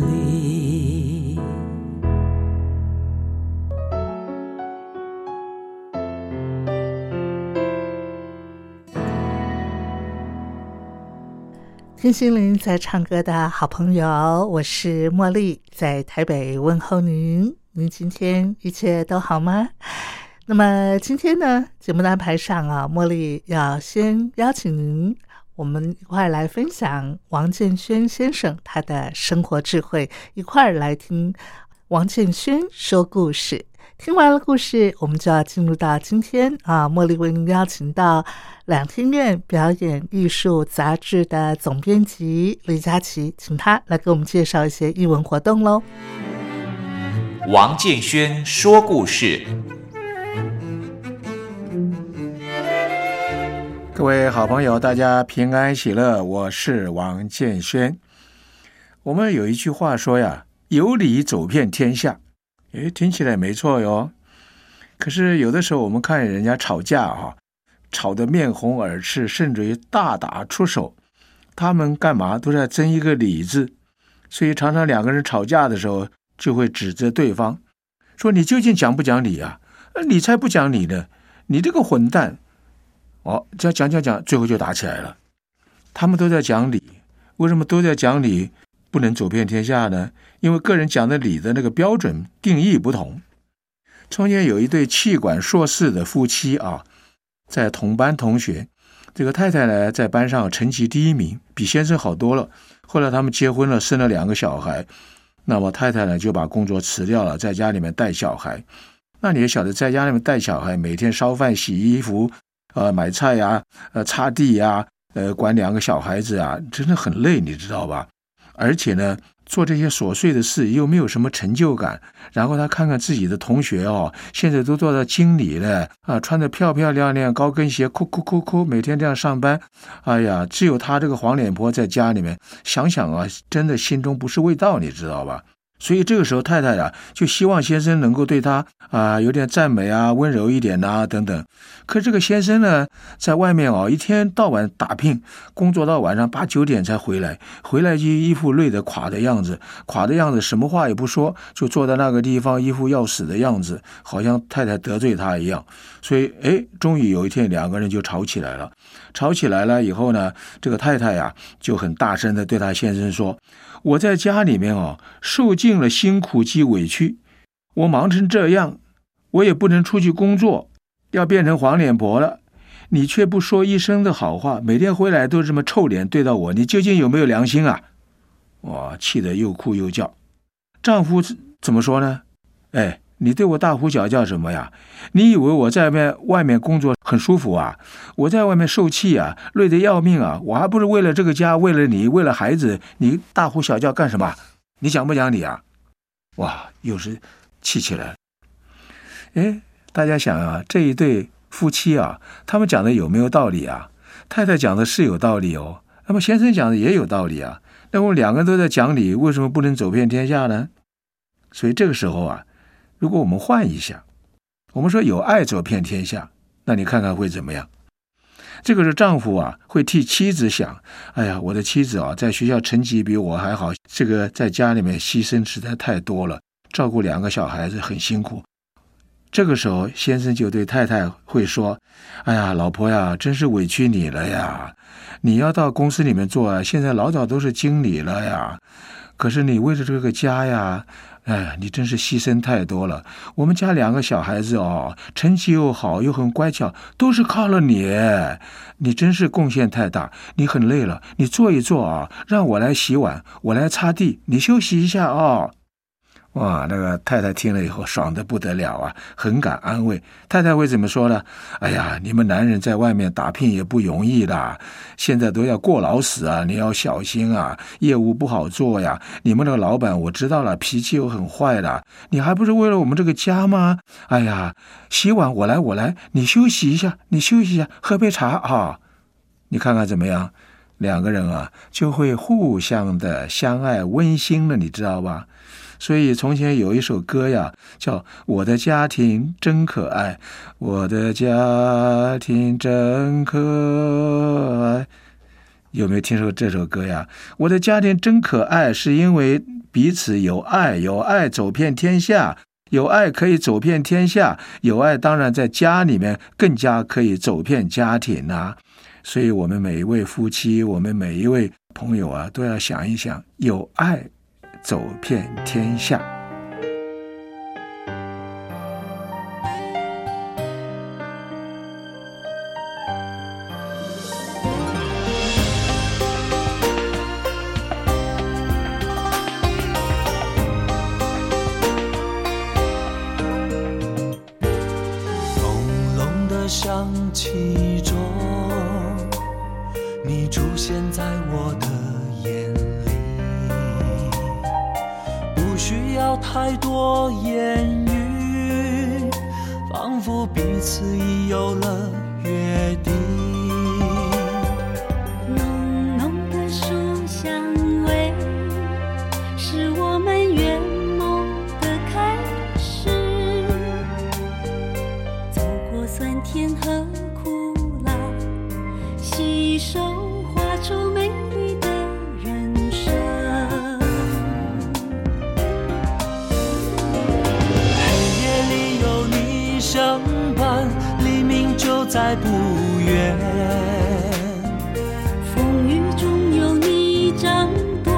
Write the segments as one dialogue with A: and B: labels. A: 离。
B: 听心灵在唱歌的好朋友，我是茉莉，在台北问候您。您今天一切都好吗？那么今天呢，节目的安排上啊，茉莉要先邀请您，我们一块儿来分享王建轩先生他的生活智慧，一块儿来听王建轩说故事。听完了故事，我们就要进入到今天啊，茉莉为您邀请到两厅院表演艺术杂志的总编辑李佳琪，请他来给我们介绍一些艺文活动喽。
C: 王建轩说故事。
D: 各位好朋友，大家平安喜乐，我是王建轩。我们有一句话说呀，“有理走遍天下”，诶，听起来没错哟。可是有的时候我们看人家吵架哈、吵得面红耳赤，甚至于大打出手，他们干嘛都在争一个理字，所以常常两个人吵架的时候，就会指责对方，说你究竟讲不讲理啊？呃你才不讲理呢！你这个混蛋！哦，这样讲讲讲，最后就打起来了。他们都在讲理，为什么都在讲理，不能走遍天下呢？因为个人讲的理的那个标准定义不同。中间有一对气管硕士的夫妻啊，在同班同学，这个太太呢在班上成绩第一名，比先生好多了。后来他们结婚了，生了两个小孩，那么太太呢就把工作辞掉了，在家里面带小孩。那你也晓得，在家里面带小孩，每天烧饭、洗衣服，呃，买菜呀、呃，擦地呀、呃，管两个小孩子啊，真的很累，你知道吧？而且呢，做这些琐碎的事又没有什么成就感。然后他看看自己的同学哦，现在都做到经理了啊，穿的漂漂亮亮，高跟鞋，哭哭哭哭，每天这样上班，哎呀，只有他这个黄脸婆在家里面，想想啊，真的心中不是味道，你知道吧？所以这个时候，太太啊，就希望先生能够对她啊、有点赞美啊，温柔一点呐、等等。可这个先生呢，在外面哦，一天到晚打拼，工作到晚上八九点才回来，回来就一副累得垮的样子，垮的样子，什么话也不说，就坐在那个地方，一副要死的样子，好像太太得罪他一样。所以，哎，终于有一天，两个人就吵起来了。吵起来了以后呢，这个太太呀、就很大声的对她先生说：“我在家里面哦，受尽了辛苦及委屈，我忙成这样，我也不能出去工作，要变成黄脸婆了。你却不说一声的好话，每天回来都这么臭脸对到我，你究竟有没有良心啊？”哇，气得又哭又叫。丈夫怎么说呢？哎，你对我大呼小叫什么呀？你以为我在外面外面工作很舒服啊？我在外面受气啊，累得要命啊！我还不是为了这个家，为了你，为了孩子，你大呼小叫干什么？你讲不讲理啊？哇，又是气起来了。哎，大家想啊，这一对夫妻啊，他们讲的有没有道理啊？太太讲的是有道理哦，那么先生讲的也有道理啊。那么两个人都在讲理，为什么不能走遍天下呢？所以这个时候啊，如果我们换一下，我们说有爱走遍天下，那你看看会怎么样？这个是丈夫啊，会替妻子想，哎呀，我的妻子啊，在学校成绩比我还好，这个在家里面牺牲实在太多了，照顾两个小孩子很辛苦。这个时候，先生就对太太会说：“哎呀，老婆呀，真是委屈你了呀！你要到公司里面做啊，现在老早都是经理了呀。可是你为了这个家呀，哎，你真是牺牲太多了。我们家两个小孩子哦，成绩又好，又很乖巧，都是靠了你。你真是贡献太大，你很累了，你坐一坐啊，让我来洗碗，我来擦地，你休息一下哦。”哇，那个太太听了以后爽的不得了啊，很敢安慰。太太会怎么说呢？哎呀，你们男人在外面打拼也不容易的，现在都要过劳死啊，你要小心啊，业务不好做呀。你们那个老板我知道了，脾气又很坏的，你还不是为了我们这个家吗？哎呀，洗碗我来，我来，你休息一下，你休息一下，喝杯茶啊，你看看怎么样？两个人啊就会互相的相爱温馨了，你知道吧？所以从前有一首歌呀，叫《我的家庭真可爱》，我的家庭真可爱。有没有听说这首歌呀？我的家庭真可爱，是因为彼此有爱，有爱走遍天下，有爱可以走遍天下，有爱当然在家里面更加可以走遍家庭呐、所以，我们每一位夫妻，我们每一位朋友啊，都要想一想，有爱走遍天下。
E: 朦胧的想起中，你出现在我的眼里，不需要太多言语，仿佛彼此已有了约定。
F: 浓浓的书香味，是我们圆梦的开始。走过酸甜和苦辣，携手画出美丽的人生。
E: 黑夜里有你相伴，黎明就在不远。
F: 风雨中有你掌舵，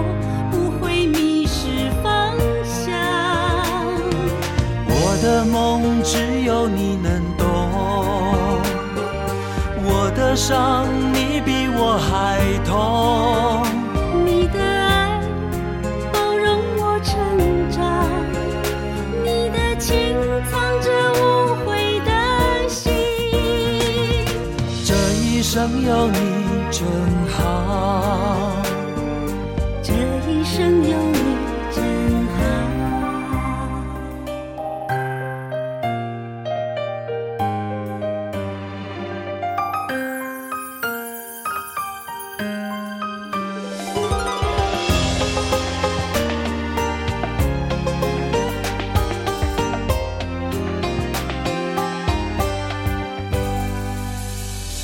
F: 不会迷失方向。
E: 我的梦只有你能懂，我的伤你比我还痛。
F: 你的爱包容我成长，你的情藏着无悔的心。
E: 这一生有你真好，
F: 这一生有你真好。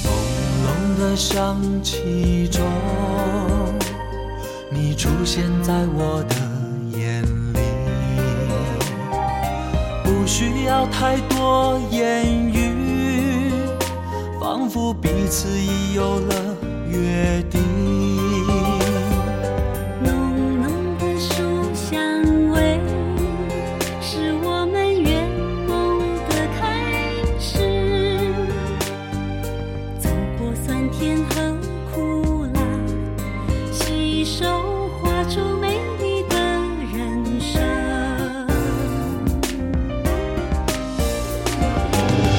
E: 朦胧的想起中，你出现在我的眼里，不需要太多言语，仿佛彼此已有了约定。
F: 浓浓的书香味，是我们圆梦的开始。走过酸甜和苦辣，携手画出美丽的人生。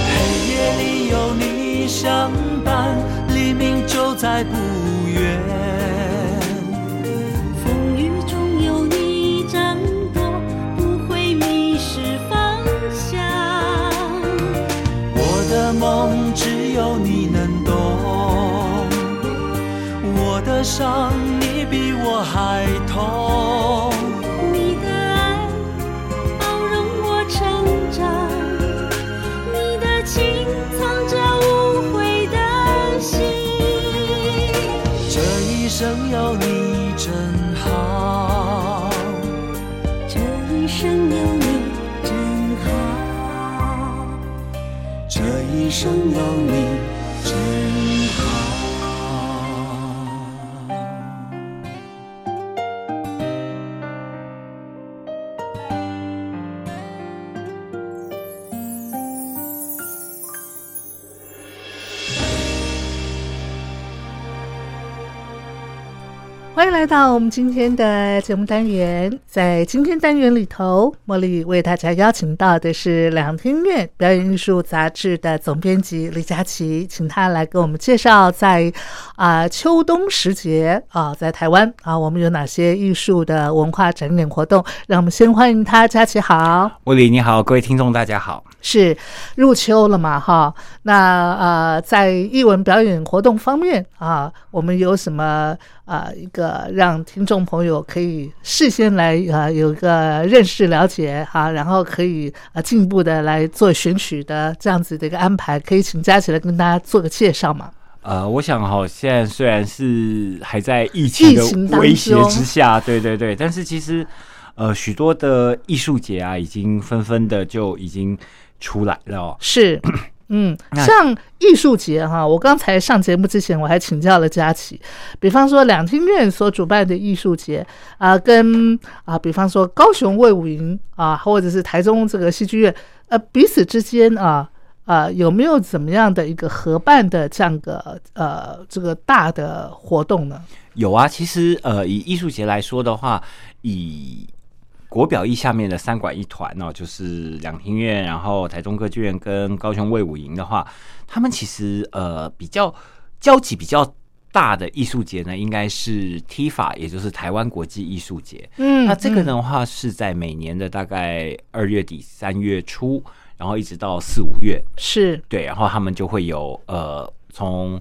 E: 黑夜里有你相伴，黎明就在不远。
F: 风雨中有你掌舵，不会迷失方向。
E: 我的梦只有你能懂，我的伤你比我还痛。
F: 你的爱包容我成长，你的情藏着无悔的心。
E: 这一生有你真好，
F: 这一生有你真好。
E: 这一生有你真好。
B: 欢迎来到我们今天的节目单元。在今天单元里头，茉莉为大家邀请到的是两厅院表演艺术杂志的总编辑李佳琪，请他来给我们介绍在啊、秋冬时节啊、在台湾啊、我们有哪些艺术的文化展演活动。让我们先欢迎他，佳琪好。
G: 莫里你好，各位听众大家好。
B: 是入秋了嘛，哈，那呃，在艺文表演活动方面啊，我们有什么呃一个让听众朋友可以事先来呃有一个认识了解哈、然后可以呃进一步的来做选取的这样子的一个安排，可以请佳琪来跟大家做个介绍嘛？
G: 呃，我想哈，现在虽然是还在疫情
B: 疫情
G: 的
B: 当
G: 威胁
B: 中
G: 之下，对对对，但是其实呃，许多的艺术节啊，已经纷纷的就已经出来了哦。
B: 是。嗯，
G: 那
B: 像艺术节哈，我刚才上节目之前我还请教了佳琪，比方说两厅院所主办的艺术节啊、跟啊、比方说高雄卫武营啊、或者是台中这个戏剧院，呃，彼此之间啊啊、有没有怎么样的一个合办的这样个呃这个大的活动呢？
G: 有啊，其实呃，以艺术节来说的话，以国表艺下面的三馆一团哦，就是两厅院，然后台中歌剧院跟高雄卫武营的话，他们其实呃比较交集比较大的艺术节呢，应该是 TIFA，也就是台湾国际艺术节。
B: 嗯
G: 那啊这个的话是在每年的大概二月底三月初，然后一直到四五月，
B: 嗯是
G: 对，然后他们就会有呃，从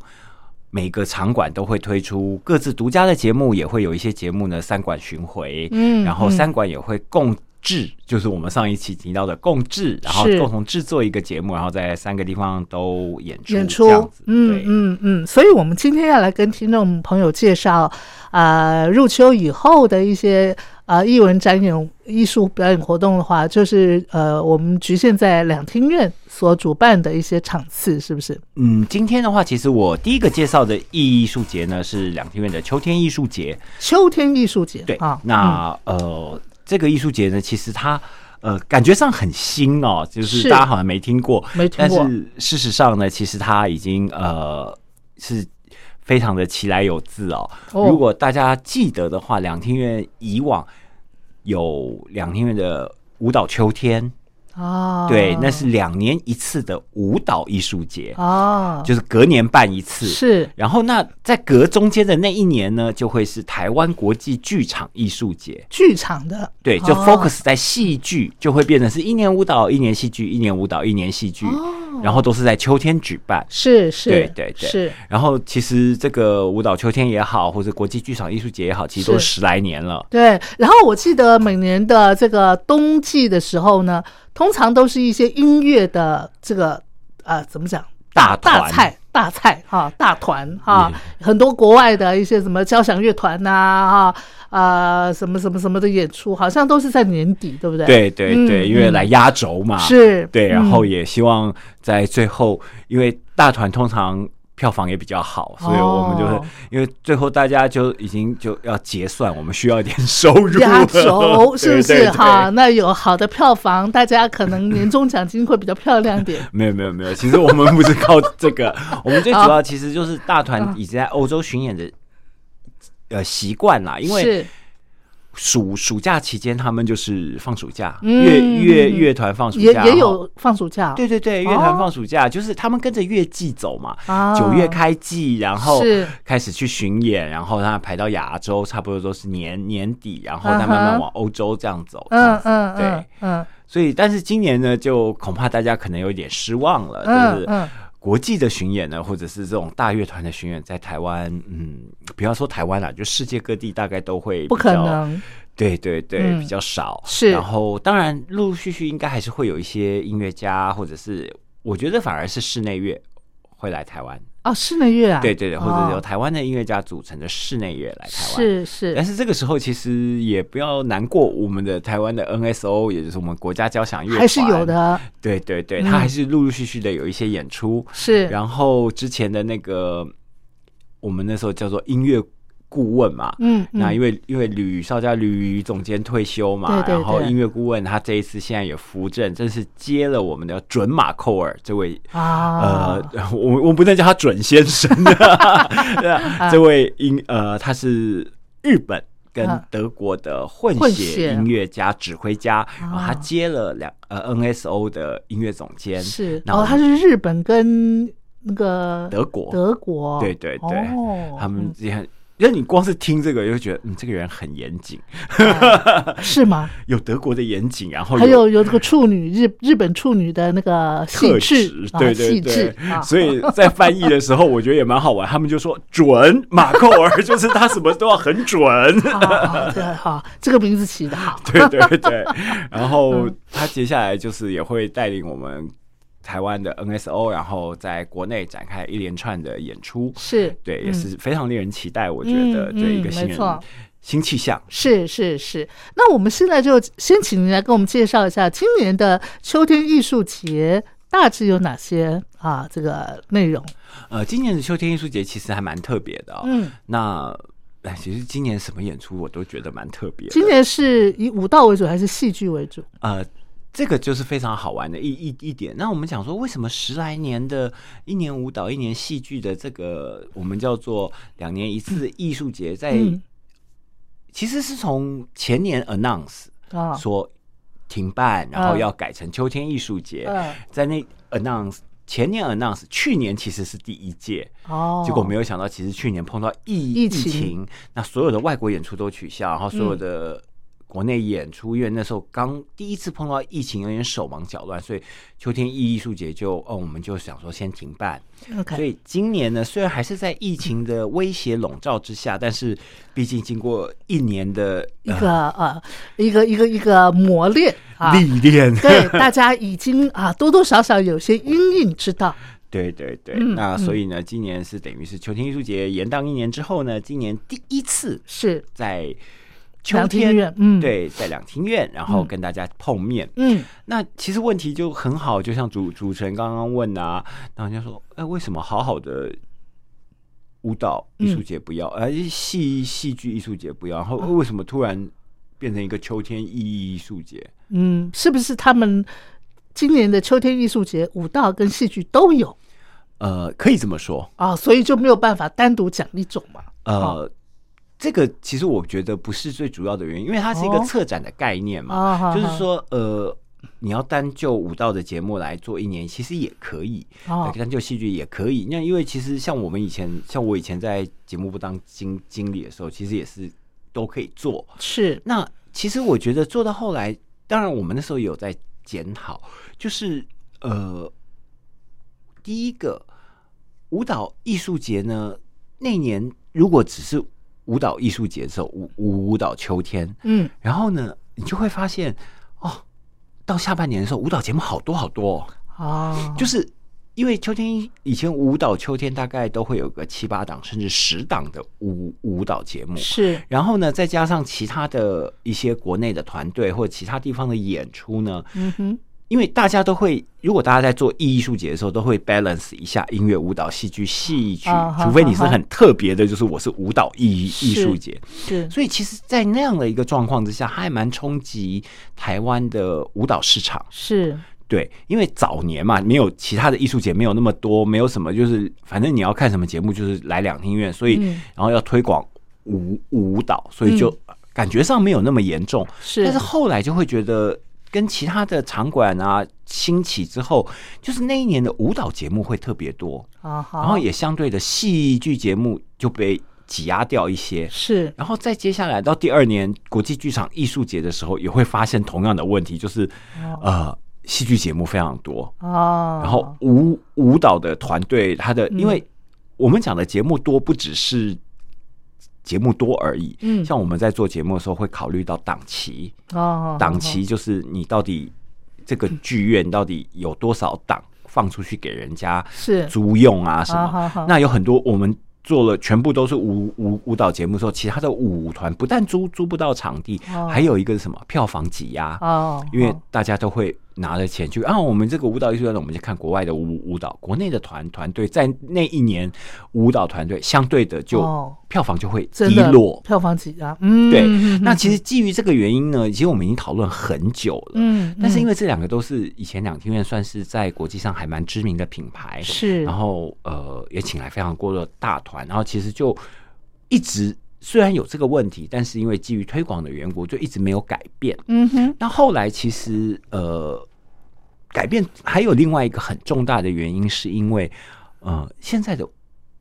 G: 每个场馆都会推出各自独家的节目，也会有一些节目呢三馆巡回，
B: 嗯
G: 然后
B: 嗯
G: 三馆也会共制，就是我们上一期提到的共制，然后
B: 是
G: 共同制作一个节目，然后在三个地方都演
B: 演
G: 出，这样
B: 出
G: 子，，
B: 嗯
G: 对，
B: 嗯嗯，所以我们今天要来跟听众朋友介绍，呃，入秋以后的一些呃艺文展演、艺术表演活动的话，就是呃，我们局限在两厅院所主办的一些场次，是不是？
G: 嗯，今天的话，其实我第一个介绍的艺术节呢是两厅院的秋天艺术节，
B: 秋天艺术节，
G: 对
B: 啊，
G: 那、呃，这个艺术节呢，其实它呃感觉上很新哦，就是
B: 是
G: 大家好像没听过，
B: 没听
G: 但
B: 过
G: 是事实上呢，其实它已经呃是。非常的其来有自哦。
B: 哦
G: 如果大家记得的话，两厅院以往有两厅院的舞蹈秋天，
B: 嗯啊，
G: 对，那是两年一次的舞蹈艺术节，
B: 啊，
G: 就是隔年办一次。
B: 是
G: 然后那在隔中间的那一年呢，就会是台湾国际剧场艺术节。
B: 剧场的，
G: 对，就
B: 哦
G: focus 在戏剧，就会变成是一年舞蹈，一年戏剧，一年舞蹈，一年戏剧，
B: 哦
G: 然后都是在秋天举办。
B: 是是，
G: 对对对
B: 是
G: 然后其实这个舞蹈秋天也好，或者国际剧场艺术节也好，其实都
B: 是
G: 十来年了。
B: 对，然后我记得每年的这个冬季的时候呢，通常都是一些音乐的这个呃，怎么讲
G: 大团
B: 大菜大菜哈、大团哈、很多国外的一些什么交响乐团呐哈呃什么什么什么的演出，好像都是在年底，对不对？
G: 对对对，
B: 嗯
G: 因为来压轴嘛，
B: 是
G: 对，
B: 嗯
G: 然后也希望在最后，因为大团通常票房也比较好，所以我们就是、
B: 哦
G: 因为最后大家就已经就要结算，我们需要一点收入
B: 压
G: 了
B: 轴是不
G: 对
B: 是
G: 对
B: 哈？
G: 对
B: 那有好的票房，大家可能年终奖金会比较漂亮点。
G: 没有没有没有，其实我们不是靠这 个，我们最主
B: 哦
G: 要其实就是大
B: 嗯
G: 团已经在欧洲巡演的呃习惯啦， 因为
B: 是
G: 暑暑假期间他们就是放暑假，
B: 嗯
G: 乐乐乐团放暑
B: 也
G: 假
B: 也
G: 哈
B: 有哦放暑假，
G: 对对对，乐团放暑假、就是他们跟着乐季走嘛，
B: 啊
G: 九、月开季，然后
B: 是
G: 开始去巡演，然后他排到亚洲，差不多都是年年底，然后
B: 嗯
G: 再
B: 哼
G: 慢慢往欧洲这样走。这样
B: 嗯
G: 子
B: 嗯嗯
G: 啊对。
B: 嗯，
G: 所以，但是今年呢，就恐怕大家可能有一点失望了，
B: 嗯
G: 就是。
B: 嗯
G: 国际的巡演呢，或者是这种大乐团的巡演，在台湾，嗯，不要说台湾啦，就世界各地大概都会
B: 不
G: 比
B: 可
G: 较
B: 能，
G: 对对对，
B: 嗯
G: 比较少。
B: 是
G: 然后当然陆陆续续应该还是会有一些音乐家，或者是我觉得反而是室内乐会来台湾。
B: 哦，室内乐啊，
G: 对对对，或者是由
B: 哦
G: 台湾的音乐家组成的室内乐来台湾。
B: 是
G: 但
B: 是
G: 是这个时候其实也不要难过，我们的台湾的 NSO，也就是我们国家交响乐团
B: 还是有。的，
G: 对对对，
B: 嗯
G: 它还是陆陆续续的有一些演出。
B: 是
G: 然后之前的那个，我们那时候叫做音乐顾问嘛，
B: 嗯，嗯
G: 那因为因为吕少家吕总监退休
B: 对
G: 嘛，
B: 对
G: 然后
B: 对
G: 音乐顾问他这一次现在也扶正，正是接了我们的准马寇尔这位。
B: 啊
G: 呃，我我不能叫他准先生， 对啊这位音呃，他是日本跟
B: 啊
G: 德国的混
B: 混
G: 血
B: 血
G: 音乐家、指挥家，
B: 啊
G: 然后他接了两呃 NSO 的音乐总监，
B: 是
G: 然后
B: 哦，他是日本跟那个
G: 德国
B: 德国，
G: 对对对，
B: 哦
G: 他们
B: 嗯
G: 也很，因为你光是听这个，就觉得嗯，这个人很严谨，
B: 是吗？
G: 有德国的严谨，然后
B: 还有有这个处女日日本处女的那个
G: 特
B: 气质
G: 质，
B: 啊，
G: 对
B: 气
G: 对对
B: 质，啊，
G: 所以在翻译的时候，我觉得也蛮好玩。他们就说准马寇尔， 就是他什么都要很准。
B: 啊啊对好，这个名字起的好，
G: 对 对对，然后
B: 嗯
G: 他接下来就是也会带领我们台湾的 NSO，然后在国内展开一连串的演出，
B: 是
G: 对，
B: 嗯
G: 也是非常令人期待。我觉得
B: 嗯
G: 这一个
B: 嗯
G: 新
B: 没
G: 人
B: 错
G: 新气象。
B: 是是是，那我们现在就先请您来跟我们介绍一下今年的秋天艺术节大致有哪些啊？这个内容，
G: 呃，今年的秋天艺术节其实还蛮特别的、哦。
B: 嗯，
G: 那哎，其实今年什么演出我都觉得蛮特别的。
B: 今年是以舞蹈为主还是戏剧为主？
G: 呃，这个就是非常好玩的一一一点。那我们讲说，为什么十来年的一年舞蹈、一年戏剧的这个，我们叫做两年一次的艺术节，在、
B: 嗯
G: 其实是从前年 announce
B: 啊，
G: 说停办，然后
B: 嗯
G: 要改成秋天艺术节，
B: 嗯
G: 在那 announce 前年 announce，去年其实是第一届。
B: 哦，
G: 结果没有想到，其实去年碰到疫
B: 疫
G: 情
B: 情嗯
G: 那所有的外国演出都取消，然后所有的国内演出院那时候刚第一次碰到疫情，有点手忙脚乱，所以秋天艺术节就哦，我们就想说先停办。所
B: OK，
G: 以今年呢，虽然还是在疫情的威胁笼罩之下，但是毕竟经过一年的
B: 一个
G: 啊
B: 呃，一个一个一个磨练啊，
G: 历练，
B: 对，大家已经啊多多少少有些阴影之道，
G: 对对对，
B: 嗯
G: 那
B: 嗯
G: 所以呢，今年是等于是秋天艺术节延宕一年之后呢，今年第一次
B: 是
G: 在秋
B: 两
G: 天
B: 厅，院，嗯，，
G: 对，在两厅院，然后
B: 嗯
G: 跟大家碰面。
B: 嗯，
G: 那其实问题就很好，就像主主持人刚刚问啊，然后人家说，哎、为什么好好的舞蹈艺术节不要，而、戏戏剧艺术节不要，然后为什么突然变成一个秋天意义艺术节？
B: 嗯，是不是他们今年的秋天艺术节舞蹈跟戏剧都有
G: 呃，可以这么说，
B: 啊？所以就没有办法单独讲一种嘛。
G: 呃。
B: 哦
G: 这个其实我觉得不是最主要的原因，因为它是一个
B: 哦
G: 策展的概念嘛，
B: 啊哈
G: 嗯就是
B: 哈
G: 说，呃，你要单就舞蹈的节目来做一年，其实也可以，
B: 哦
G: 对，单就戏剧也可以。那因为其实像我们以前，像我以前在节目部当经经理的时候，其实也是都可以做。
B: 是
G: 那其实我觉得做到后来，当然我们那时候也有在检讨，就是呃，第一个舞蹈艺术节呢，那年如果只是舞蹈艺术节的时候，舞舞舞蹈秋天，
B: 嗯，
G: 然后呢，你就会发现哦，到下半年的时候，舞蹈节目好多好多、哦。
B: 哦，
G: 就是因为秋天以前舞蹈秋天大概都会有个七八档甚至十档的舞舞蹈节目，
B: 是
G: 然后呢，再加上其他的一些国内的团队或者其他地方的演出呢，
B: 嗯哼，
G: 因为大家都会，如果大家在做艺术节的时候，都会 balance 一下音乐、舞蹈、戏剧、戏曲
B: 啊，哈
G: 除非你是
B: 哈哈
G: 很特别的，就是我是舞蹈艺艺术
B: 是
G: 节，
B: 是
G: 所以其实，在那样的一个状况之下，还蛮冲击台湾的舞蹈市场。
B: 是
G: 对，因为早年嘛，没有其他的艺术节，没有那么多，没有什么，就是反正你要看什么节目，就是来两厅院，所以、
B: 嗯
G: 然后要推广舞舞蹈，所以就感觉上没有那么严重。
B: 是，
G: 但是后来就会觉得，跟其他的场馆啊兴起之后，就是那一年的舞蹈节目会特别多，
B: 啊哈，
G: 然后也相对的戏剧节目就被挤压掉一些。
B: 是
G: 然后再接下来到第二年国际剧场艺术节的时候，也会发现同样的问题，就是、呃，戏剧节目非常多，
B: 哦，嗯
G: 然后舞舞蹈的团队，它的、因为我们讲的节目多，不只是节目多而已，
B: 嗯
G: 像我们在做节目的时候会考虑到档期，
B: 哦，嗯
G: 档期就是你到底这个剧院到底有多少档。放出去给人家
B: 是
G: 租用啊什么。
B: 好好好
G: 那有很多我们做了全部都是舞舞舞蹈节目之后，其他的舞团不但租租不到场地，
B: 哦
G: 还有一个是什么票房挤压。
B: 哦，
G: 因为
B: 哦
G: 大家都会拿着钱去啊，我们这个舞蹈艺术团，我们就看国外的舞舞蹈，国内的团团队在那一年舞蹈团队相对的就、
B: 哦
G: 票房就会
B: 真
G: 低
B: 的
G: 落。
B: 票房挤压，嗯，
G: 对，
B: 嗯
G: 那其实基于这个原因呢，其实我们已经讨论很久了。
B: 嗯，
G: 但是因
B: 为
G: 为这两个都是以前两厅院算是在国际上还蛮知名的品牌，
B: 是
G: 然后呃也请来非常多的大团，然后其实就一直虽然有这个问题，但是因为基于推广的缘故，就一直没有改变。
B: 嗯哼，
G: 那后来其实呃，改变还有另外一个很重大的原因，是因为呃，现在的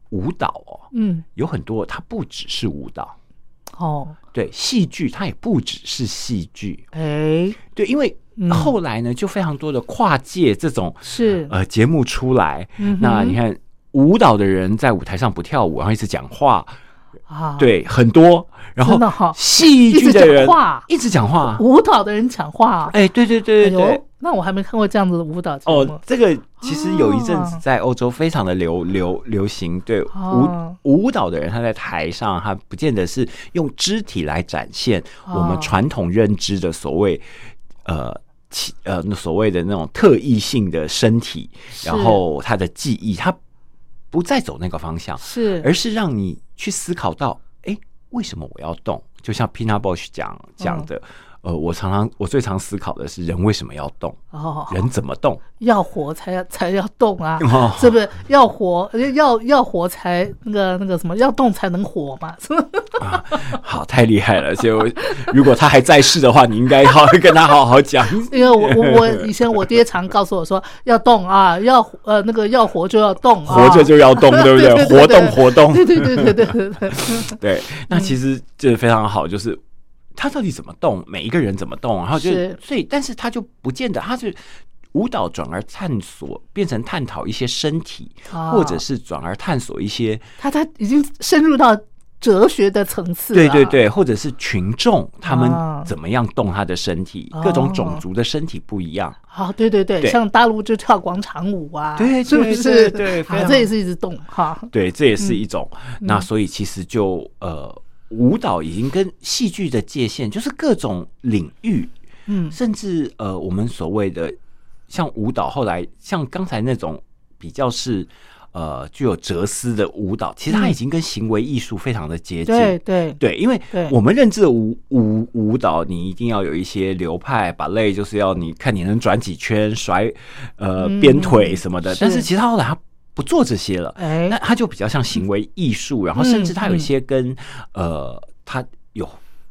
G: 舞蹈哦，
B: 嗯，
G: 有很多它不只是舞蹈，
B: 哦，
G: 对，戏剧它也不只是戏剧，
B: 哎，
G: 对，因为
B: 嗯
G: 后来呢，就非常多的跨界这种
B: 是，
G: 呃节目出来，
B: 嗯哼
G: 那你看舞蹈的人在舞台上不跳舞，然后一直讲话，
B: 啊，，
G: 对，很多，然后
B: 真的哈
G: 戏剧
B: 一
G: 的
B: 直
G: 人
B: 讲话
G: 一直讲话，
B: 舞蹈的人讲话啊，
G: 哎、对对对对对。
B: 哎呦，那我还没看过这样子的舞蹈节目，
G: 哦，这个其实有一阵子
B: 哦
G: 在欧洲非常的
B: 啊
G: 流流流行，对舞
B: 哦
G: 舞蹈的人，他在台上，他不见得是用肢体来展现我们
B: 哦
G: 传统认知的所谓呃。其呃，那所谓的那种特异性的身体，
B: 是
G: 然后他的记忆，他不再走那个方向，
B: 是，
G: 而是让你去思考到，哎，为什么我要动？就像 Pina Bausch 讲
B: 嗯
G: 讲的，呃，我常常我最常思考的是人为什么要动，
B: 哦，
G: 人怎么动？
B: 要活才要才要动啊，
G: 哦
B: 是不是要活要要活才那个那个什么要动才能活嘛？ 是不是
G: 好，太厉害了！所以我如果他还在世的话，你应该好好跟他好 好讲。
B: 因为我我我以前我爹常告诉我说要动啊，要呃那个要活就要动、啊，
G: 活着就要动，对不对？
B: 对对对
G: 活动活动，
B: 对对对对对对对，
G: 对。那其实这非常好，就是他到底怎么动，每一个人怎么动，然后就是所以，但是他就不见得，他是舞蹈转而探索，变成探讨一些身体，
B: 啊
G: 或者是转而探索一些
B: 他他已经深入到哲学的层次了，
G: 对对对，或者是群众他们
B: 啊
G: 怎么样动他的身体，
B: 哦
G: 各种种族的身体不一样。
B: 啊，对对对，
G: 对
B: 像大陆就跳广场舞啊，
G: 对对
B: 是不是？
G: 对对非
B: 啊，
G: 常
B: 这也是一直动哈，
G: 对，这也是一种。那所以其实就呃，舞蹈已经跟戏剧的界限，就是各种领域，
B: 嗯
G: 甚至呃，我们所谓的像舞蹈，后来像刚才那种比较是呃具有哲思的舞蹈，其实它
B: 嗯
G: 已经跟行为艺术非常的接近。
B: 对对
G: 对，因为
B: 对
G: 我们认知的舞舞舞蹈，你一定要有一些流派，把类就是要你看你能转几圈，甩呃
B: 嗯
G: 鞭腿什么的。
B: 是
G: 但是其实他后来他不做这些了，
B: 哎
G: 那他就比较像行为艺术，然后甚
B: 嗯
G: 至他有一些跟、呃，他有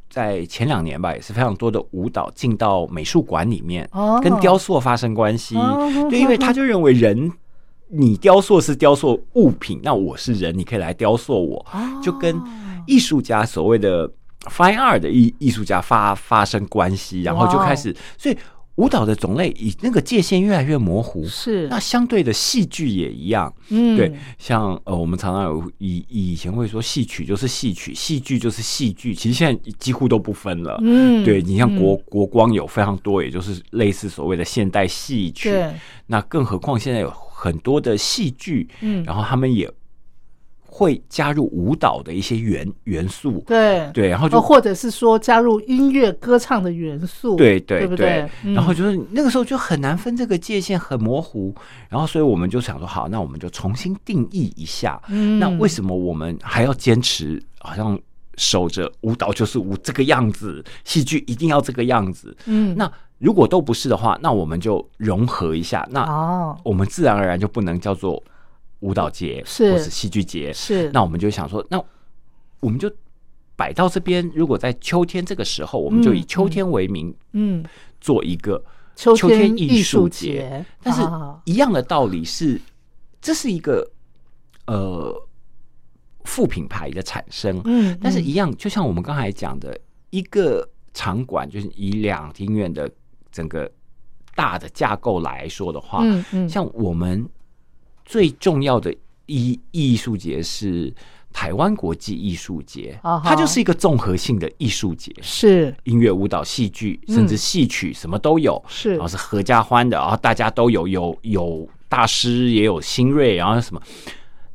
G: 在前两年吧，也是非常多的舞蹈进到美术馆里面，
B: 哦
G: 跟雕塑发生关系。
B: 哦
G: 对，因为他就认为人。你雕塑是雕塑物品，那我是人，你可以来雕塑我，
B: 哦
G: 就跟艺术家所谓的 fine art 的艺艺术家发发生关系，然后就开
B: 哦
G: 始，所以舞蹈的种类以那个界限越来越模糊。
B: 是
G: 那相对的戏剧也一样，
B: 嗯
G: 对，像呃，我们常常有以以前会说戏曲就是戏曲，戏剧就是戏剧，其实现在几乎都不分了。
B: 嗯
G: 对你像国、
B: 嗯
G: 国光有非常多，也就是类似所谓的现代戏曲。
B: 对
G: 那更何况现在有很多的戏剧，
B: 嗯
G: 然后他们也会加入舞蹈的一些元元素。
B: 对
G: 对，然后就
B: 哦，或者是说加入音乐歌唱的元素，
G: 对
B: 对
G: 对
B: 不对？嗯
G: 然后就是那个时候就很难分这个界限，很模糊。然后所以我们就想说，好，那我们就重新定义一下。
B: 嗯
G: 那为什么我们还要坚持好像守着舞蹈就是舞这个样子，戏剧一定要这个样子？
B: 嗯
G: 那如果都不是的话，那我们就融合一下。那
B: 哦
G: 我们自然而然就不能叫做舞蹈节
B: 是
G: 或是戏剧节，
B: 是
G: 那我们就想说，那我们就摆到这边。如果在秋天这个时候，我们就以
B: 嗯
G: 秋天为名
B: 嗯
G: 做一个
B: 秋
G: 天
B: 天艺术
G: 术
B: 节
G: 但是
B: 啊
G: 一样的道理是，这是一个呃副品牌的产生，
B: 嗯，
G: 但是
B: 嗯
G: 一样，就像我们刚才讲的，一个场馆就是以两厅院的整个大的架构来说的话，
B: 嗯嗯
G: 像我们最重要的艺艺术节是台湾国际艺术节，
B: 啊哈
G: 它就是一个综合性的艺术节，
B: 是
G: 音乐、舞蹈、戏
B: 嗯
G: 剧，甚至戏曲什么都有。
B: 是
G: 然后是合家欢的，然后大家都有有有大师，也有新锐，然后什么。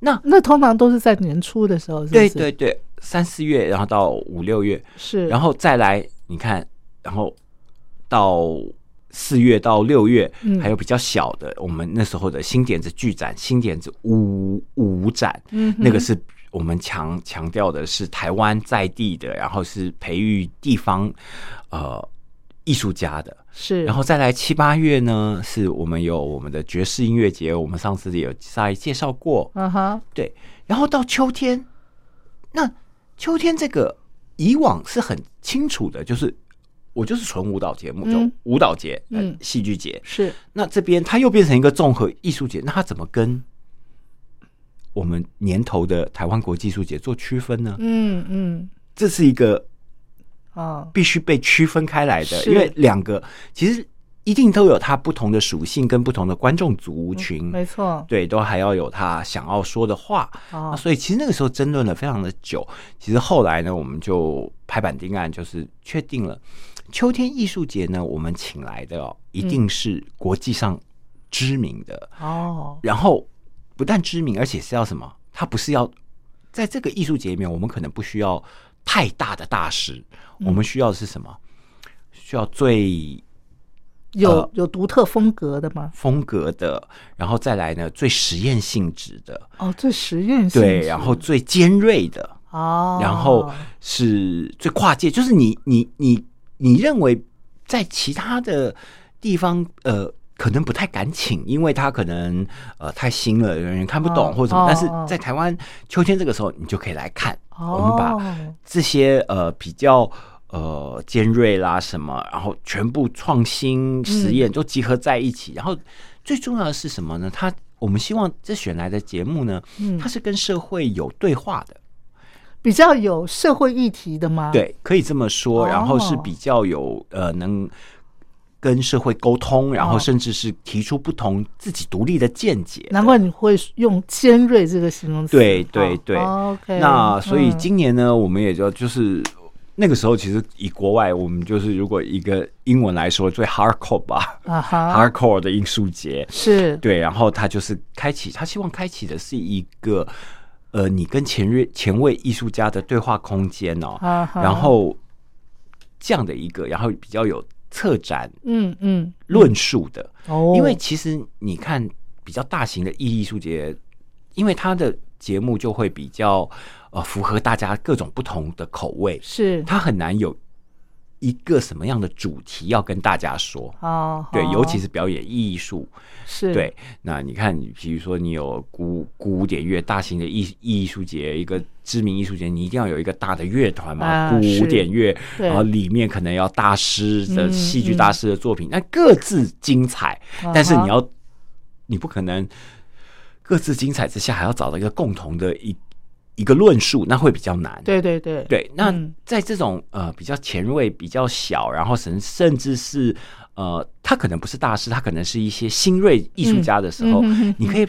G: 那
B: 那通常都是在年初的时候，是不
G: 对
B: 是？
G: 对，对，三四月，然后到五六月，
B: 是。
G: 然后再来，你看，然后到四月到六月，
B: 嗯
G: 还有比较小的，我们那时候的新点子剧展、新点子舞舞展，
B: 嗯哼
G: 那个是我们强强调的是台湾在地的，然后是培育地方呃艺术家的。
B: 是，
G: 然后再来七八月呢，是我们有我们的爵士音乐节，我们上次也有在介绍过，
B: 嗯哼，
G: 对，然后到秋天，那秋天这个以往是很清楚的，就是我就是纯舞蹈节目，
B: 嗯
G: 就舞蹈节、呃
B: 嗯
G: 戏剧节。
B: 是
G: 那这边它又变成一个综合艺术节，那它怎么跟我们年头的台湾国际艺术节做区分呢？
B: 嗯嗯
G: 这是一个
B: 哦，
G: 必须被区分开来的，
B: 是
G: 因为两个其实一定都有它不同的属性跟不同的观众族群，
B: 嗯没错
G: 嗯对，都还要有他想要说的话。那
B: 哦，
G: 所以其实那个时候争论了非常的久。其实后来呢，我们就拍板定案，就是确定了秋天艺术节呢，我们请来的、哦、一
B: 嗯
G: 定是国际上知名的，
B: 哦，
G: 然后不但知名，而且是要什么？它不是要在这个艺术节里面，我们可能不需要太大的大师，
B: 嗯
G: 我们需要的是什么？需要最呃
B: 有有独特风格的吗？
G: 风格的，然后再来呢最实验性质的，
B: 哦，最实验性质，
G: 对，然后最尖锐的，
B: 哦，
G: 然后是最跨界，就是你你你你认为在其他的地方，呃，可能不太敢请，因为他可能呃太新了，有人看不懂
B: 哦
G: 或者什
B: 哦
G: 么。但是
B: 哦
G: 在台湾秋天这个时候，你就可以来看，
B: 哦
G: 我们把这些呃比较。呃，尖锐啦什么，然后全部创新实
B: 嗯
G: 验都集合在一起，然后最重要的是什么呢？它我们希望这选来的节目呢，
B: 嗯
G: 它是跟社会有对话的，
B: 比较有社会议题的吗？，
G: 对，可以这么说。然后是
B: 哦
G: 比较有呃，能跟社会沟通，然后
B: 哦
G: 甚至是提出不同自己独立的见解的。
B: 难怪你会用尖锐这个形容词。
G: 对对
B: 哦
G: 对
B: 哦 OK，
G: 那所以
B: 嗯
G: 今年呢，我们也就就是。那个时候，其实以国外，我们就是如果一个英文来说，最 hardcore 吧、
B: 啊
G: h a
B: 哈
G: r d c o r e 的艺术节，
B: 是
G: 对，然后他就是开启，他希望开启的是一个，呃，你跟前瑞前卫艺术家的对话空间哦，
B: 啊哈，
G: 然后这样的一个，然后比较有策展
B: 嗯嗯
G: 论述的，
B: 哦，
G: 因为其实你看比较大型的艺艺术节，因为它的节目就会比较呃符合大家各种不同的口味，
B: 是
G: 它很难有一个什么样的主题要跟大家说。
B: 哦，
G: 对，
B: 好
G: 尤其是表演艺术，
B: 是
G: 对，那你看，比如说你有古古典乐大型的艺艺术节，一个知名艺术节，你一定要有一个大的乐团嘛，
B: 啊是
G: 古典乐，
B: 对
G: 然后里面可能要大师的
B: 嗯
G: 戏剧
B: 嗯
G: 大师的作品，那各自精彩，但是
B: 啊哈
G: 你要，你不可能各自精彩之下还要找到一个共同的一一个论述，那会比较难。
B: 对对对
G: 对，那
B: 嗯
G: 在这种呃比较前卫、比较小，然后甚甚至是呃，他可能不是大师，他可能是一些新锐艺术家的时候，
B: 嗯嗯嗯嗯
G: 你可以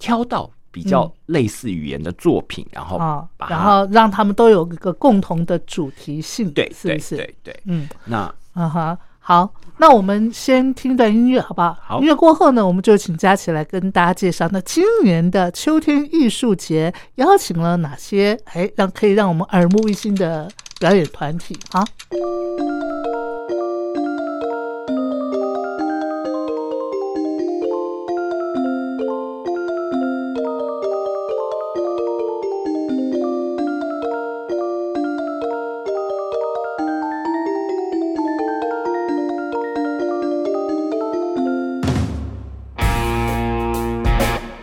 G: 挑到比较类似语言的作品，然后
B: 啊，
G: 把它、
B: 然后让他们都有一个共同的主题性，
G: 对
B: 是
G: 对
B: 不是？
G: 对对，
B: 嗯
G: 那
B: 啊哈，好，那我们先听段音乐，好不好？
G: 好
B: 音乐过后呢，我们就请佳琪来跟大家介绍，那今年的秋天艺术节邀请了哪些哎让可以让我们耳目一新的表演团体啊？
F: 我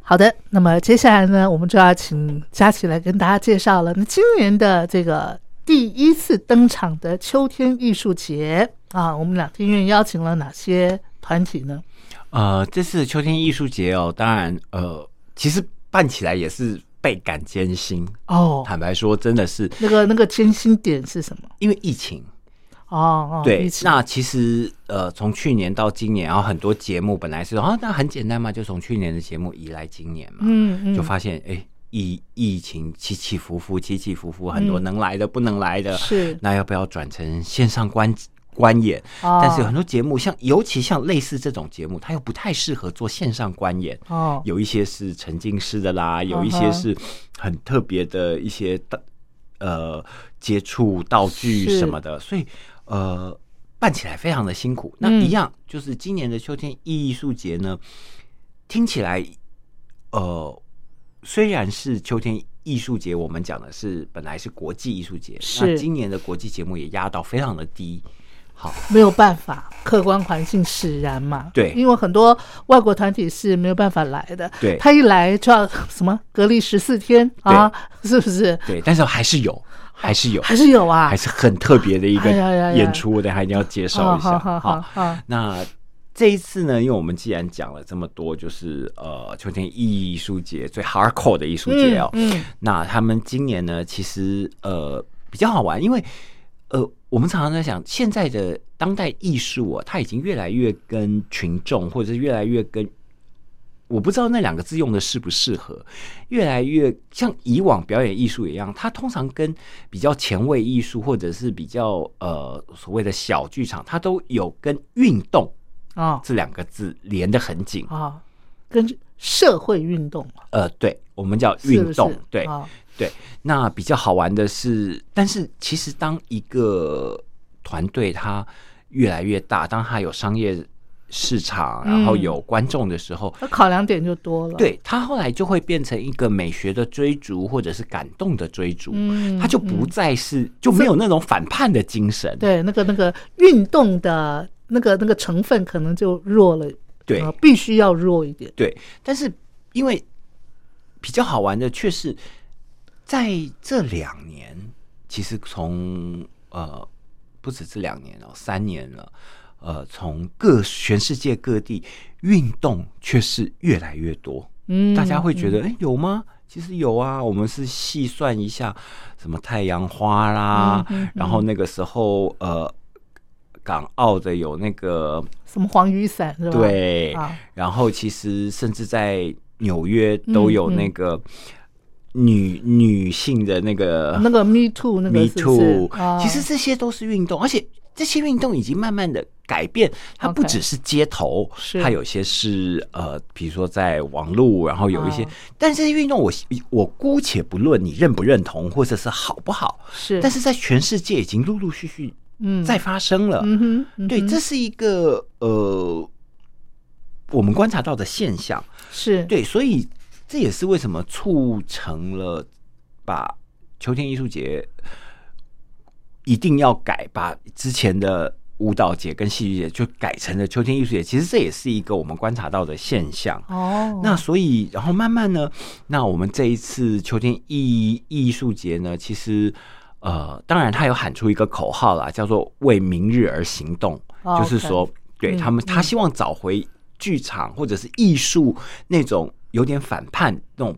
B: 好的，那么接下来呢，我们就要请佳琪来跟大家介绍了。那今年的这个第一次登场的秋天艺术节啊，我们两天院邀请了哪些团体呢？
G: 呃，这次的秋天艺术节哦，当然呃，其实办起来也是倍感艰辛。
B: 哦，
G: 坦白说，真的是
B: 那个那个艰辛点是什么？
G: 因为疫情。
B: 哦哦，
G: 对
B: 一，起
G: 那其实呃，从去年到今年，然后很多节目本来是啊，那很简单嘛，就从去年的节目移来今年嘛，
B: 嗯嗯，
G: 就发现哎，疫疫情起起伏伏，起起伏伏，很多
B: 嗯
G: 能来的不能来的，
B: 是
G: 那要不要转成线上观观演？
B: 哦
G: 但是有很多节目，像尤其像类似这种节目，它又不太适合做线上观演。
B: 哦，
G: 有一些是沉浸式的啦，有一
B: 嗯
G: 些
B: 哼
G: 是很特别的一些道呃接触道具
B: 是
G: 什么的，所以呃办起来非常的辛苦。那
B: 嗯
G: 一样就是今年的秋天艺术节呢，听起来呃虽然是秋天。艺术节，我们讲的是本来是国际艺术节，那
B: 是
G: 今年的国际节目也压到非常的低。好，
B: 没有办法，客观环境使然嘛。
G: 对
B: 因为很多外国团体是没有办法来的，
G: 对
B: 他一来就要什么隔离十四天啊，是不是？
G: 对，但是还是有，还是 有，
B: 还是有啊，
G: 还是很特别的一个
B: 哎呀呀呀
G: 演出，我等一下一定要介绍一下。
B: 哦好好好好
G: 那这一次呢，因为我们既然讲了这么多，就是呃，秋天艺术节最 hardcore 的艺术节哦，
B: 嗯嗯
G: 那他们今年呢，其实呃比较好玩，因为呃，我们常常在想，现在的当代艺术啊，它已经越来越跟群众，或者是越来越跟。我不知道那两个字用的适不适合，越来越像以往表演艺术一样，它通常跟比较前卫艺术或者是比较呃所谓的小剧场，它都有跟运动
B: 哦
G: 这两个字连得很紧。
B: 哦，跟社会运动嘛
G: 呃，对，我们叫
B: 是不
G: 运
B: 是
G: 动，对
B: 哦
G: 对。那比较好玩的是，但是其实当一个团队它越来越大，当它有商业市场，然后
B: 嗯
G: 有观众的时候，
B: 那考量点就多了。，
G: 对它后来就会变成一个美学的追逐，或者是感动的追逐，
B: 嗯
G: 它就不再是、就没有那种反叛的精神。
B: 对，那个那个运动的那个那个成分可能就弱了，
G: 对
B: 呃必须要弱一点。
G: 对，但是因为比较好玩的却是在这两年，其实从呃不止这两年了，哦三年了。呃，从各全世界各地，运动却是越来越多。
B: 嗯，
G: 大家会觉得，哎、有吗？其实有啊，我们是细算一下，什么太阳花啦，
B: 嗯嗯嗯
G: 然后那个时候，呃，港澳的有那个
B: 什么黄雨伞是吧？
G: 对，
B: 啊
G: 然后其实甚至在纽约
B: 嗯
G: 都有那个女、女性的那个
B: 那个 Me Too 那个
G: Me
B: 是不是
G: Too，、
B: 啊
G: 其实这些都是运动，而且这些运动已经慢慢的改变，它不
B: OK
G: 只是街头
B: 是
G: 它有些是呃，比如说在网络，然后有一些，
B: 哦
G: 但这些运动我我姑且不论你认不认同或者是好不好，
B: 是，
G: 但
B: 是
G: 是在全世界已经陆陆续续
B: 嗯
G: 在发生了，
B: 嗯哼，嗯
G: 对，
B: 哼
G: 这是一个呃，我们观察到的现象。
B: 是
G: 对，所以这也是为什么促成了把秋天艺术节一定要改，把之前的舞蹈节跟戏剧节就改成了秋天艺术节。其实这也是一个我们观察到的现象。
B: 哦，
G: 那所以，然后慢慢呢，那我们这一次秋天艺艺术节呢，其实呃，当然他有喊出一个口号啦，叫做“为明日而行动”，
B: 哦
G: 就是说
B: OK，嗯
G: 对他们，他
B: 嗯
G: 希望找回剧场或者是艺术那种有点反叛那种。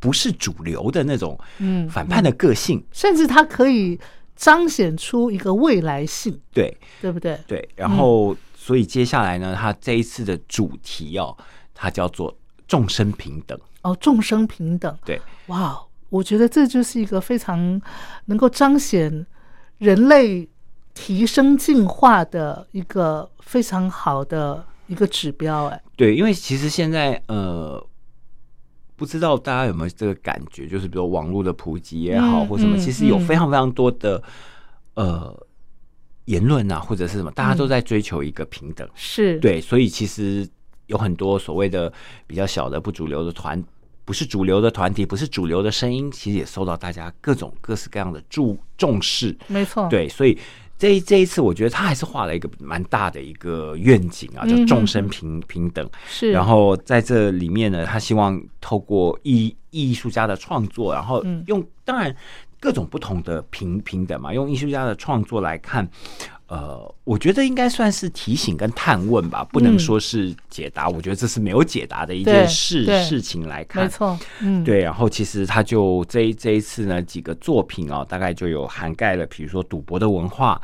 G: 不是主流的那种
B: 嗯
G: 反叛的个性，
B: 甚至它可以彰显出一个未来性，
G: 对，
B: 对不对？
G: 对，然后、
B: 嗯
G: 所以接下来呢，它这一次的主题哦，它叫做众生平等。
B: 哦，众生平等，
G: 对，
B: 哇哦，我觉得这就是一个非常能够彰显人类提升进化的一个非常好的一个指标，哎，
G: 对，因为其实现在呃，不知道大家有没有这个感觉，就是比如网络的普及也好，
B: 嗯
G: 或什么，
B: 嗯
G: 其实有
B: 嗯
G: 非常非常多的呃言论啊，或者是什么，大家
B: 嗯
G: 都在追求一个平等。
B: 是，，
G: 对，所以其实有很多所谓的比较小的不主流的团，不是主流的团体，不是主流的声音，其实也受到大家各种各式各样的注重视。
B: 没错，，
G: 对，所以这一这一次，我觉得他还是画了一个蛮大的一个愿景啊，就
B: 嗯
G: 众生平平等。
B: 是，
G: 然后在这里面呢，他希望透过艺艺术家的创作，然后
B: 嗯
G: 用、当然各种不同的平平等嘛，用艺术家的创作来看，呃，我觉得应该算是提醒跟探问吧，不能
B: 嗯
G: 说是解答。我觉得这是没有解答的一
B: 对
G: 件事
B: 对
G: 事情来看，
B: 没错，嗯，，
G: 对，然后其实他就这一这一次呢，几个作品哦，大概就有涵盖了，比如说赌博的文化、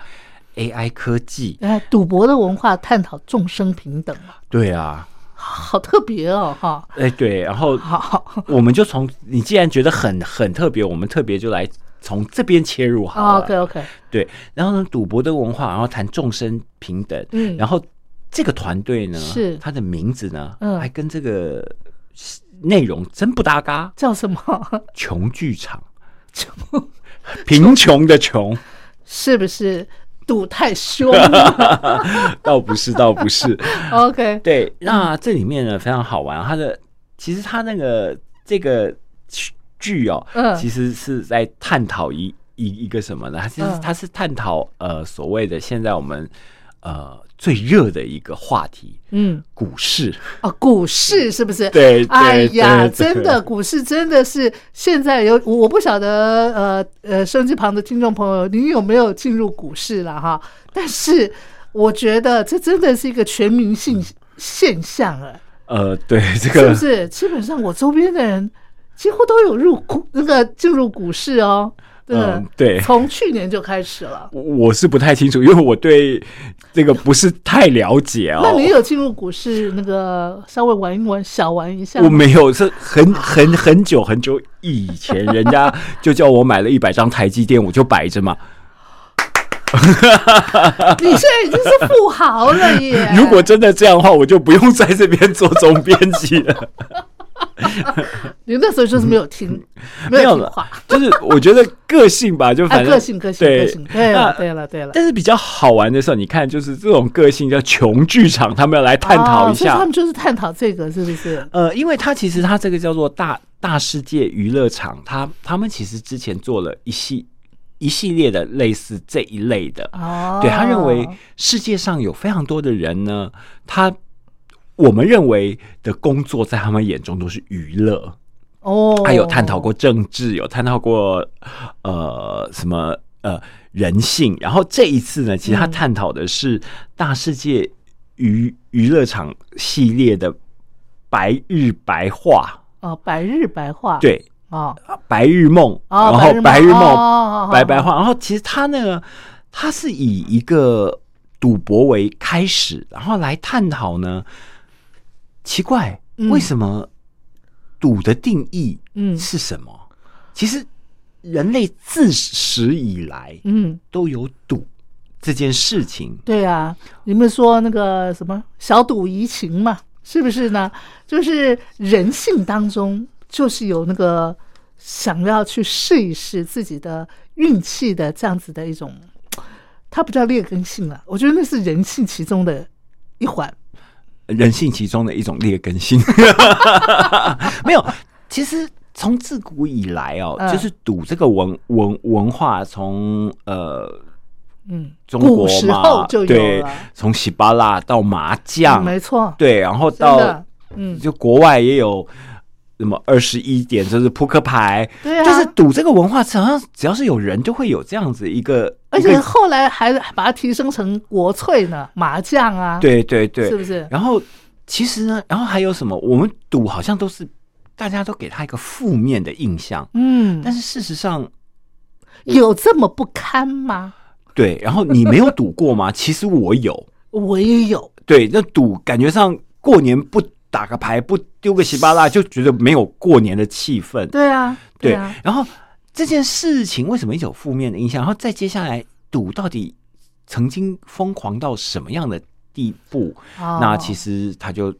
G: AI 科技，
B: 哎，赌博的文化探讨众生平等，
G: 对啊，
B: 好特别哦，哈，
G: 哎对，然后
B: 好
G: 我们就从你既然觉得很很特别，我们特别就来从这边切入好啊了，
B: ，OK OK，
G: 对，然后呢，赌博的文化，然后谈众生平等，
B: 嗯
G: 然后这个团队呢，
B: 是
G: 他的名字呢，
B: 嗯
G: 还跟这个内容真不搭嘎，
B: 叫什么？
G: 穷 剧场，穷，贫穷的穷。
B: 是不是赌太 凶了
G: 倒不是，倒不是。
B: ？OK，
G: 对，那这里面呢非常好玩，它的其实它那个这个剧哦，
B: 嗯
G: 其实是在探讨一一一个什么呢？它其实
B: 嗯
G: 它是探讨呃所谓的现在我们呃最热的一个话题。
B: 嗯，
G: 股 市，
B: 哦，股市是不是？
G: 对对
B: 哎呀，
G: 对对
B: 真的，股市真的是现在有，我我不晓得，呃呃，收音机旁的听众朋友，您有没有进入股市了哈？但是我觉得这真的是一个全民性现象啊，
G: 呃，对
B: 是
G: 这个
B: 不是？基本上我周边的人几乎都有入股那个进入股市哦，对不
G: 嗯对
B: 从去年就开始了。
G: 我我是不太清楚，因为我对这个不是太了解哦。
B: 那你有进入股市那个稍微玩一玩、小玩一下吗？
G: 我没有，是很很很久很久以前，人家就叫我买了一百张台积电，我就摆着嘛。
B: 你现在已经是富豪了耶
G: ！如果真的这样的话，我就不用在这边做总编辑了。
B: 你那时候就是没有听， 没有听话
G: 嗯了，就是我觉得个 性吧，就
B: 哎，
G: 反正、
B: 个性个性
G: 对
B: 个性，对
G: 那
B: 了对了对了，
G: 但是比较好玩的是，你看，就是这种个性叫穷剧场，他们要来探讨一
B: 哦所以
G: 下。
B: 他们就是探讨这个是不是？
G: 呃，因为它其实它这个叫做大大世界娱乐场，它他们其实之前做了一系一系列的类似这一类的，
B: 哦，
G: 对他认为世界上有非常多的人呢，他我们认为的工作在他们眼中都是娱乐。
B: 哦，
G: 他有探讨过政治，有探讨过呃什么呃人性。然后这一次呢，其实他探讨的是大世界娱娱乐场系列的白日白话，
B: 哦，百日白话，
G: 对
B: 哦，
G: 白日梦，
B: 哦
G: 然后
B: 白
G: 白
B: 日
G: 日
B: 梦
G: 梦、
B: 哦哦哦
G: 白白话，然后其实他那个他是以一个赌博为开始，然后来探讨呢，奇怪
B: 嗯
G: 为什么赌的定义
B: 嗯
G: 是什么？其实人类自始以来
B: 嗯，
G: 都有赌这件事情，
B: 对啊，你们说那个什么小赌怡情嘛，是不是呢？就是人性当中就是有那个想要去试一试自己的运气的这样子的一种，它不叫劣根性了，我觉得那是人性其中的一环。
G: 人性其中的一种劣 根性。没有，其实从自古以来哦，
B: 嗯
G: 就是赌这个文文文化从呃。
B: 嗯，
G: 中国
B: 古时候
G: 嘛，
B: 就有
G: 对
B: 了，嗯
G: 从喜巴拉到麻将，
B: 没错，
G: 对，然后
B: 真
G: 到
B: 的，嗯，
G: 就国外也有什么二十一点，就是扑克牌，
B: 对啊
G: 就是赌这个文化，好像只要是有人就会有这样子一个，
B: 而
G: 一
B: 且
G: 个
B: 后来还把它提升成国粹呢，麻将啊，，
G: 对对对，
B: 是不是？
G: 然后其实呢，然后还有什么？我们赌好像都是大家都给他一个负面的印象，
B: 嗯，
G: 但是事实上，
B: 有这么不堪吗？
G: 对，然后你没有赌过 吗？其实我有，
B: 我也有，
G: 对，那赌感觉上过年不打个牌，不丢个稀巴烂，就觉得没有过年的气氛。
B: 对啊，
G: 对
B: 啊，
G: 然后这件事情为什么一直有负面的印象？然后再接下来赌到底曾经疯狂到什么样的地步？
B: 哦
G: 那其实他就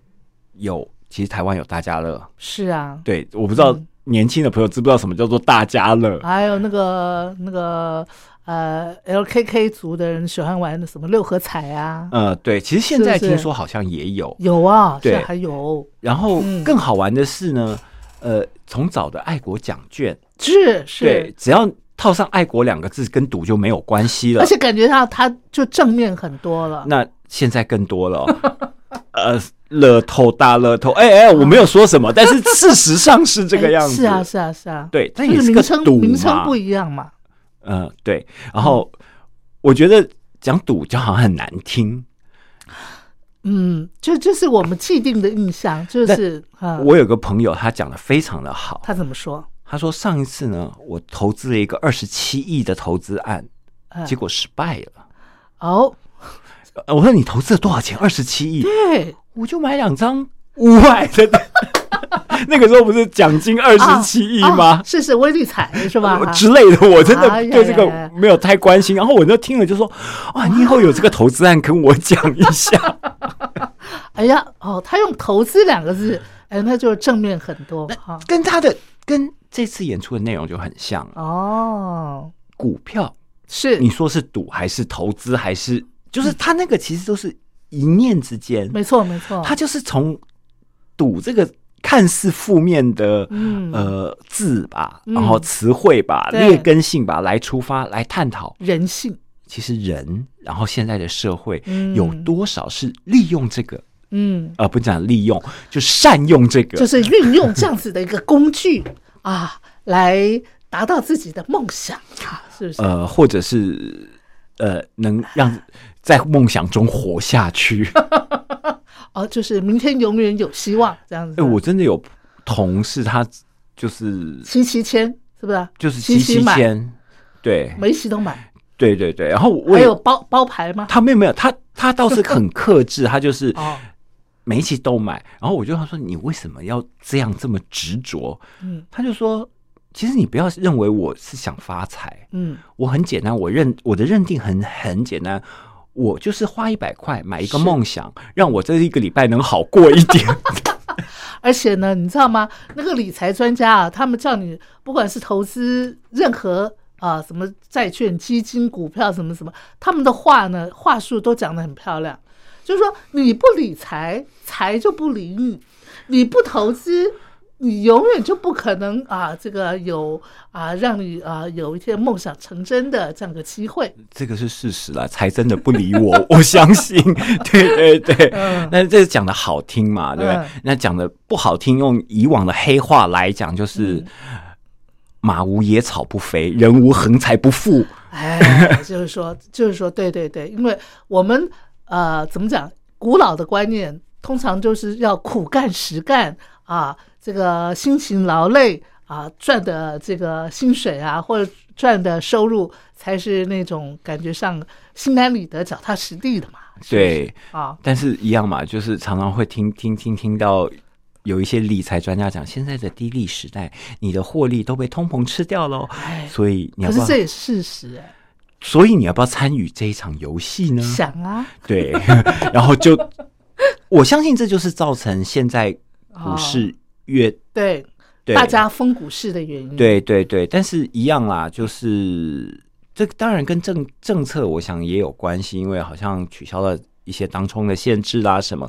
G: 有，其实台湾有大家乐。
B: 是啊，
G: 对，我不知道
B: 嗯啊
G: 年轻的朋友知不知道什么叫做大家乐。
B: 还有那个那个呃，LKK 族的人喜欢玩的什么六合彩啊，
G: 呃，对，其实现
B: 是
G: 在
B: 是
G: 听说好像也有，
B: 有啊，
G: 对
B: 现在还有，
G: 然后
B: 嗯
G: 更好玩的是呢，呃，从早的爱国奖券，
B: 是是
G: 对，，只要套上爱国两个字跟赌就没有关系了
B: 而。且感觉到他就正面很多了。
G: 那现在更多了 哦、呃，乐透大乐透，哎、哎、我没有说什 么，但是事实上是这个样子。
B: 哎是啊，是啊，是啊。
G: 对，但
B: 就
G: 也
B: 是
G: 个
B: 名称
G: 赌
B: 名称
G: 嘛
B: 不一样嘛。
G: 嗯，对。然后
B: 嗯
G: 我觉得讲赌就好像很难听。
B: 嗯，就就是我们既定的印象，就是啊，
G: 我有个朋友，他讲的非常的好，
B: 他怎么说？
G: 他说上一次呢，我投资了一个二十七亿的投资案，
B: 嗯
G: 结果失败了。
B: 哦，
G: 呃我说你投资了多少钱？二十七亿，
B: 对，
G: 我就买两张五百的。 那个时候不是奖金二十七亿
B: 啊
G: 吗
B: 啊？是是，微理财是吧？
G: 我
B: 哈
G: 之类的，我真的
B: 哎呀
G: 对这
B: 呀呀
G: 个没有太关心。然后我就听了就说：“ 哇，你以后有这个投资案跟我讲一下。
B: 哎呀，哦，他用投资两个
G: 嗯
B: 字，哎，那就是正面很多哈”。
G: 跟他的跟这次演出的内容就很像了。
B: 哦，
G: 股票，
B: 是
G: 你说是赌还是投资，还是就是他那个其实都是一念之间，
B: 没错没错，
G: 他就是从赌这个看似负面的、
B: 嗯
G: 呃字吧，
B: 嗯
G: 然后词汇吧、
B: 对
G: 劣根性吧来出发来探讨，
B: 人性，
G: 其实人，然后现在的社会、
B: 嗯
G: 有多少是利用这个，
B: 嗯，
G: 呃，不讲利用，就善用这个，
B: 就是运用这样子的一个工具啊，来达到自己的梦想啊，是不是？
G: 呃，或者是呃，能让在梦想中活 下去。
B: 哦，就是明天永远有希望这样子。
G: 哎、我真的有同事，他就是
B: 七七千是不是？
G: 就是
B: 七
G: 七七
B: 买，
G: 千，对
B: 每一期都买，
G: 对对对。然后我
B: 嗯还
G: 也
B: 有包包牌吗？
G: 他没有没有，他他倒是很克制，他就是
B: 哦
G: 每一期都买。然后我就跟他说：“你为什么要这样这么执着？”
B: 嗯
G: 他就说：“其实你不要认为我是想发财，
B: 嗯，
G: 我很简单，我认我的认定很很简单。”我就是花一百块买一个梦想，让我这一个礼拜能好过一点。
B: 而且呢，你知道吗？那个理财专家啊，他们叫你不管是投资任何啊什么债券、基金、股票什么什么，他们的话呢话术都讲得很漂亮，就是说你不理财，财就不理你；你不投资。你永远就不可能啊，这个有啊，让你啊有一天梦想成真的这样个机会。
G: 这个是事实啦，才真的不理我， 我相信。对对对，
B: 嗯
G: 那这讲的好听嘛，对不对？
B: 嗯
G: 那讲的不好听，用以往的黑话来讲，就是。
B: 嗯
G: 马无野草不肥，人无横财不富。
B: 哎，就是说， 就是说，对对对，因为我们呃，怎么讲，古老的观念通常就是要苦干实干啊，这个辛勤劳累啊，赚的这个薪水啊，或者赚的收入，才是那种感觉上心安理得、脚踏实地的嘛。是不是
G: 对，
B: 啊，
G: 但是一样嘛，就是常常会听听听听到有一些理财专家讲，现在的低利时代，你的获利都被通膨吃掉喽
B: 哎，
G: 所以你要
B: 可是
G: 不要
B: 这？也是事实哎、
G: 所以你要不要参与这一场游戏呢？
B: 想啊，
G: 对， 然后就我相信这就是造成现在股市越、
B: 啊对，
G: 对
B: 哦大家疯股市的原因，，
G: 对对对，但是一样啦，就是这当然跟政政策我想也有关系，因为好像取消了一些当冲的限制啦什么。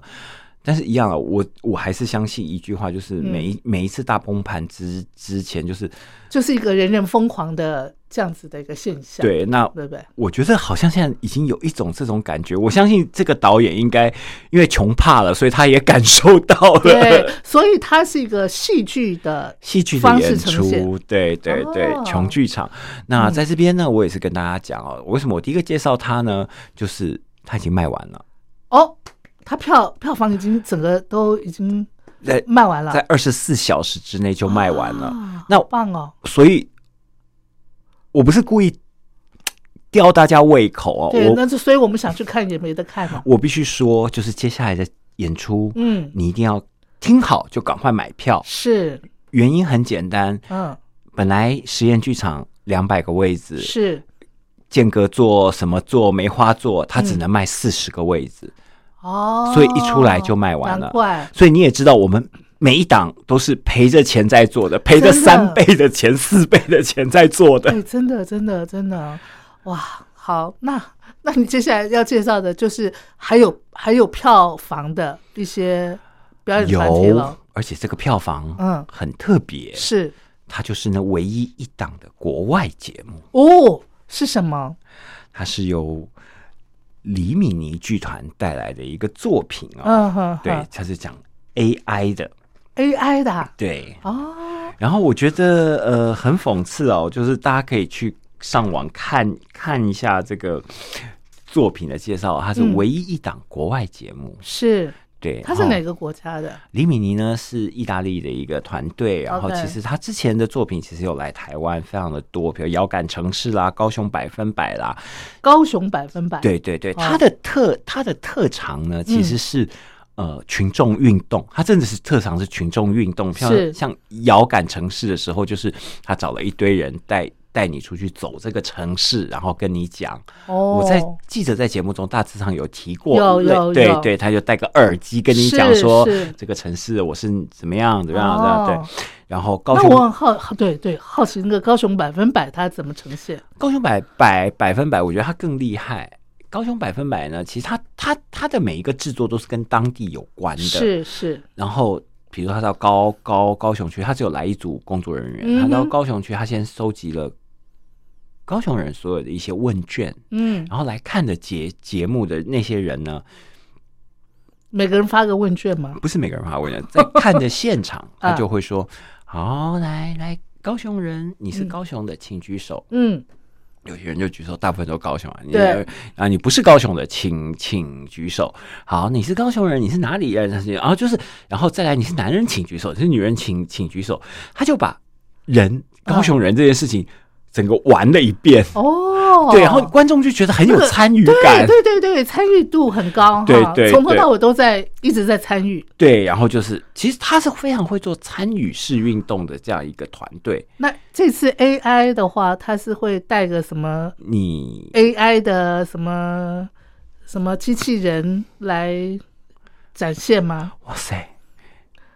G: 但是一样啊，我我还是相信一句话，就是
B: 嗯
G: 每一、每一次大崩盘之之前，就是
B: 就是一个人人疯狂的这样子的一个现象，
G: 对那
B: 对不对？
G: 我觉得好像现在已经有一种这种感觉，我相信这个导演应该因为穷怕了，所以他也感受 到了。
B: 对，所以它是一个戏剧的
G: 戏剧的
B: 方式
G: 演
B: 呈现
G: 出，对对对
B: 哦，嗯
G: 穷剧场。那在这边呢，我也是跟大家讲哦，为什么我第一个介绍它呢？就是它已经卖完了，
B: 哦。它票票房已经整个都已经
G: 在
B: 卖完了，
G: 在二十四小时之内就卖完了。
B: 啊
G: 那
B: 好棒哦！
G: 所以，我不是故意吊大家胃口哦，
B: 对，那
G: 我
B: 就所以我们想去看也没得看 了。
G: 我必须说，就是接下来的演出，
B: 嗯
G: 你一定要听好，就赶快买票。
B: 是，
G: 原因很简单，
B: 嗯
G: 本来实验剧场两百个位置，
B: 是
G: 间隔座、什么座、梅花座，它
B: 嗯
G: 只能卖四十个位置，
B: 哦，
G: 所以一出来就卖完了
B: 难怪
G: 所以你也知道我们。每一档都是赔着钱在做的，赔着
B: 真的嗯
G: 三倍的钱、四倍的钱在做的。
B: 对，真的真的真的，哇，好，那那你接下来要介绍的就是还有还有票房的一些表演团体
G: 有
B: 了，，
G: 而且这个票房
B: 嗯
G: 很特别，
B: 是
G: 它就是那唯一一档的国外节目，
B: 哦，是什么？
G: 它是由李米尼剧团带来的一个作品啊、
B: 嗯哼，
G: 对，它是讲 AI 的，
B: ，AI 的啊
G: 对，
B: 哦，
G: 然后我觉得呃很讽刺哦，就是大家可以去上网看看一下这个作品的介绍，哦它是
B: 嗯
G: 唯一一档国外节目。
B: 是，
G: 对，
B: 它是哪
G: 个？
B: 个国家的？
G: 李米尼呢是意大利的一个团队，然后
B: OK
G: 其实他之前的作品其实有来台湾非常的多，比如《遥感城市》啦，《高雄百分百》啦，
B: 高雄百分百，
G: 对对对，他的特他的特长
B: 嗯
G: 呢，其实是、呃群众运动，他真的是特长是群众运动，
B: 是
G: 像像遥感城市的时候，就是他找了一堆人带。带你出去走这个城市，然后跟你讲。
B: 哦，
G: 我在记者在节目中大致上有提过，
B: 有
G: 对
B: 有有
G: 对对，他就戴个耳机跟你讲说
B: 是是
G: 这个城市我是怎么样怎么样怎么样
B: 哦
G: 啊对。然后高
B: 那
G: 雄
B: 我很好，对对，好奇那个高雄百分百它怎么呈现？
G: 高雄百百百分百，我觉得它更厉害。高雄百分百呢，其实它它它的每一个制作都是跟当地有关的。。
B: 是是，
G: 然后，比如说他到高高高雄区，他只有来一组工作人员。
B: 嗯哼
G: 他到高雄区，他先收集了高雄人所有的一些问卷，
B: 嗯，
G: 然后来看的节节目的那些人呢，
B: 每个人发个问卷吗？
G: 不是每个人发问的， 在看的现场，
B: 啊
G: 他就会说：“好，来来，高雄人，你是高雄的，请举手。”
B: 嗯，
G: 有些人就举手，大部分都高雄啊。你
B: 对
G: 啊，你不是高雄的，请请举手。好，你是高雄人，你是哪里人？然后就是，然后再来，你是男人请举手，你是女人请请举手。他就把人高雄人这件事情整个玩了一遍，
B: 哦，
G: 对，然后观众就觉得很有参与感，
B: 对对对对，参与度很高哈，
G: 对对
B: 从头
G: 对
B: 到尾都在一直在参与。
G: 对然后就是，其实他是非常会做参与式运动的这样一个团队。
B: 那这次 AI 的话，它是会带个什么
G: 你
B: AI 的什么什么机器人来展现吗？
G: 哇塞，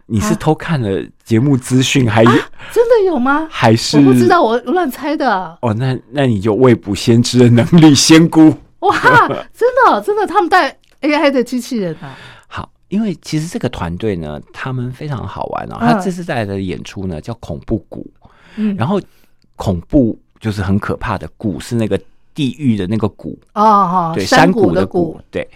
G: 你
B: 啊
G: 是偷看了节目资讯，还
B: 真的有吗？
G: 还是
B: 我不知道，我乱猜的。
G: 哦，那那你就未卜先知的能力先估。
B: 哇， 真的真的，他们带 AI 的机器人啊，
G: 好，因为其实这个团队呢，他们非常好玩哦。
B: 嗯
G: 他这次带来的演出呢叫恐怖谷，
B: 嗯
G: 然后恐怖就是很可怕的谷是那个地狱的那个谷，
B: 哦哦，
G: 对，
B: 山
G: 山谷
B: 的
G: 谷，，对。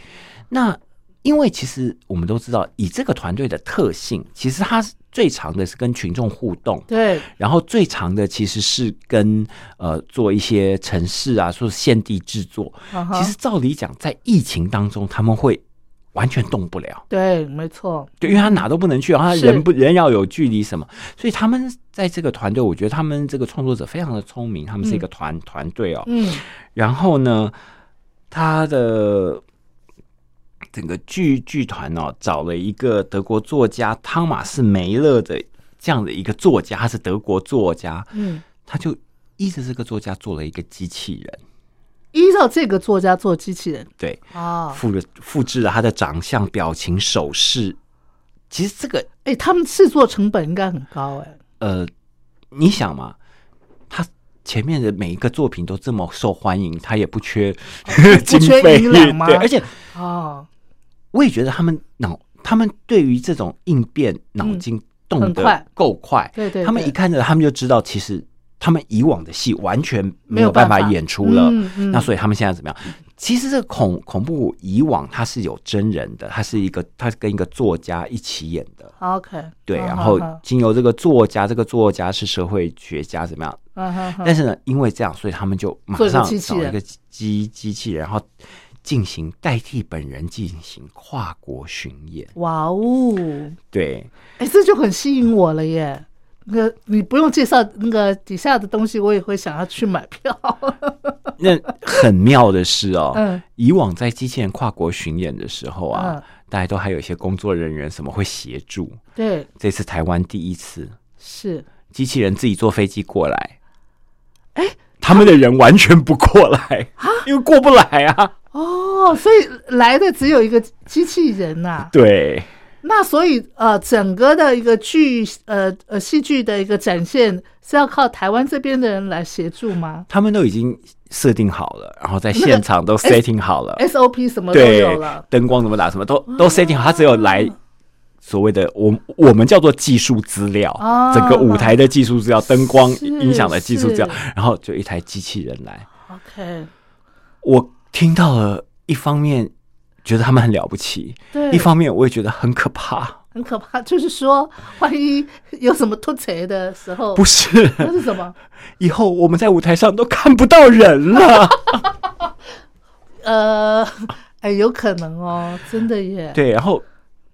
G: 那因为其实我们都知道，以这个团队的特性，其实它是最长的是跟群众互动，
B: 对，
G: 然后最长的其实是跟呃做一些城市啊，说现地制作。
B: 嗯哼
G: 其实照理讲，在疫情当中，他们会完全动不了，
B: 对，没错，
G: 对，因为他哪都不能去，然后他
B: 是
G: 人不人要有距离什么，所以他们在这个团队，我觉得他们这个创作者非常的聪明，他们是一个团、团队哦。
B: 嗯
G: 然后呢，他的整个剧剧团哦，找了一个德国作家汤马斯梅勒的这样的一个作家，他是德国作家，
B: 嗯，
G: 他就依着这个作家做了一个机器人，
B: 依照这个作家做机器人
G: 对，
B: 啊，
G: 复了复制了他的长相、表情、手势。其实这个
B: 哎，他们制作成本应该很高哎，
G: 呃，你想嘛，他前面的每一个作品都这么受欢迎，他也不缺
B: 不
G: 经
B: 缺
G: 费，
B: 银两吗
G: 对，而且
B: 哦，
G: 我也觉得他们脑，他们对于这种应变脑筋
B: 嗯
G: 动
B: 很快
G: 得够快，
B: 对对，
G: 他们
B: 对
G: 一看着他们就知道，其实他们以往的戏完全
B: 没
G: 没
B: 有
G: 有
B: 办
G: 办
B: 法
G: 法演出了。
B: 嗯嗯
G: 那所以他们现在怎么样？其实这个恐恐怖以往它是有真人的，它是一个，它是跟一个作家一起演的。
B: OK，
G: 对，啊
B: 嗯
G: 然后
B: 嗯嗯
G: 经由这个作家，这个作家是社会学家，怎么样？
B: 嗯哼哼
G: 但是呢，因为这样，所以他们就马
B: 做一个
G: 上
B: 机器
G: 找一
B: 人
G: 个机机器人，然后进行代替本人进行跨国巡演。
B: 哇哦，
G: 对，
B: 哎，这就很吸引我了耶。那个你不用介绍那个底下的东西，我也会想要去买票。
G: 那很妙的是哦，
B: 嗯
G: 以往在机器人跨国巡演的时候啊，
B: 嗯
G: 大家都还有一些工作人员什么会协助。
B: 对，
G: 这次台湾第一次，
B: 是
G: 机器人自己坐飞机过来，哎，他们的人完全不过来，
B: 啊
G: 因为过不来啊。
B: 哦，所以来的只有一个机器人呐、
G: 对，
B: 那所以呃，整个的一个剧呃呃戏剧的一个展现是要靠台湾这边的人来协助吗
G: 他们都已经设定好了，然后在
B: 那个
G: 现场都
B: S-
G: setting 好了，
B: ？SOP 什么都
G: 对
B: 有了，啊
G: 灯光怎么打，什么都都 setting 好，他只有来所谓的我我们叫做技术资料，
B: 哦
G: 整个舞台的技术资料、灯光、
B: 是
G: 音响的技术资料
B: 是，
G: 然后就一台机器人来，
B: OK，
G: 我听到了，一方面觉得他们很了不起，
B: 对，
G: 一方面我也觉得很可怕，
B: 很可怕，就是说，万一有什么突贼的时候，
G: 不是？
B: 那是什么？
G: 以后我们在舞台上都看不到 人了。
B: 呃， 哎，有可能哦，真的耶。，
G: 对，然后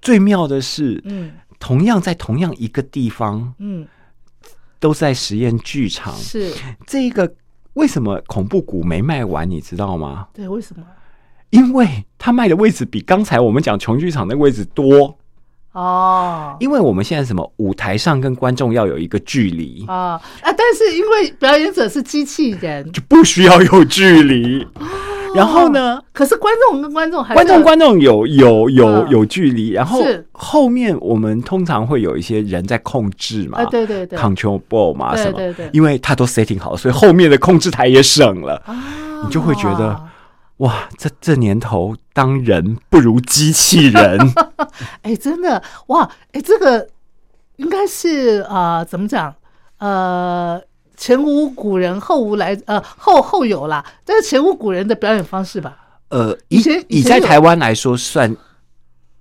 G: 最妙的是，
B: 嗯
G: 同样在同样一个地方，
B: 嗯，
G: 都在实验剧场，
B: 是
G: 这个为什么恐怖谷没卖完？你知道吗？
B: 对，为什么？
G: 因为它卖的位置比刚才我们讲穷剧场那个位置多。
B: 哦
G: 因为我们现在什么舞台上跟观众要有一个距离，
B: 啊啊！但是因为表演者是机器人，
G: 就不需要有距离。然后呢，
B: 可是观众跟观众哦还是
G: 观众观众有有有
B: 嗯
G: 有距离，然后
B: 是
G: 后面我们通常会有一些人在控制嘛，
B: 啊，对对对
G: c o n t r o l ball 嘛
B: 对
G: 什么，
B: 对对
G: 因为他都 setting 好，所以后面的控制台也省了。
B: 啊
G: 你就会觉得哇，这这年头当人不如机器人，
B: 哎，真的哇，哎，这个应该是啊、呃怎么讲？呃，前无古人，后无来，呃，后后有啦，但是前无古人的表演方式吧，
G: 呃，
B: 以前以
G: 以
B: 前
G: 在
B: 有
G: 台湾来说算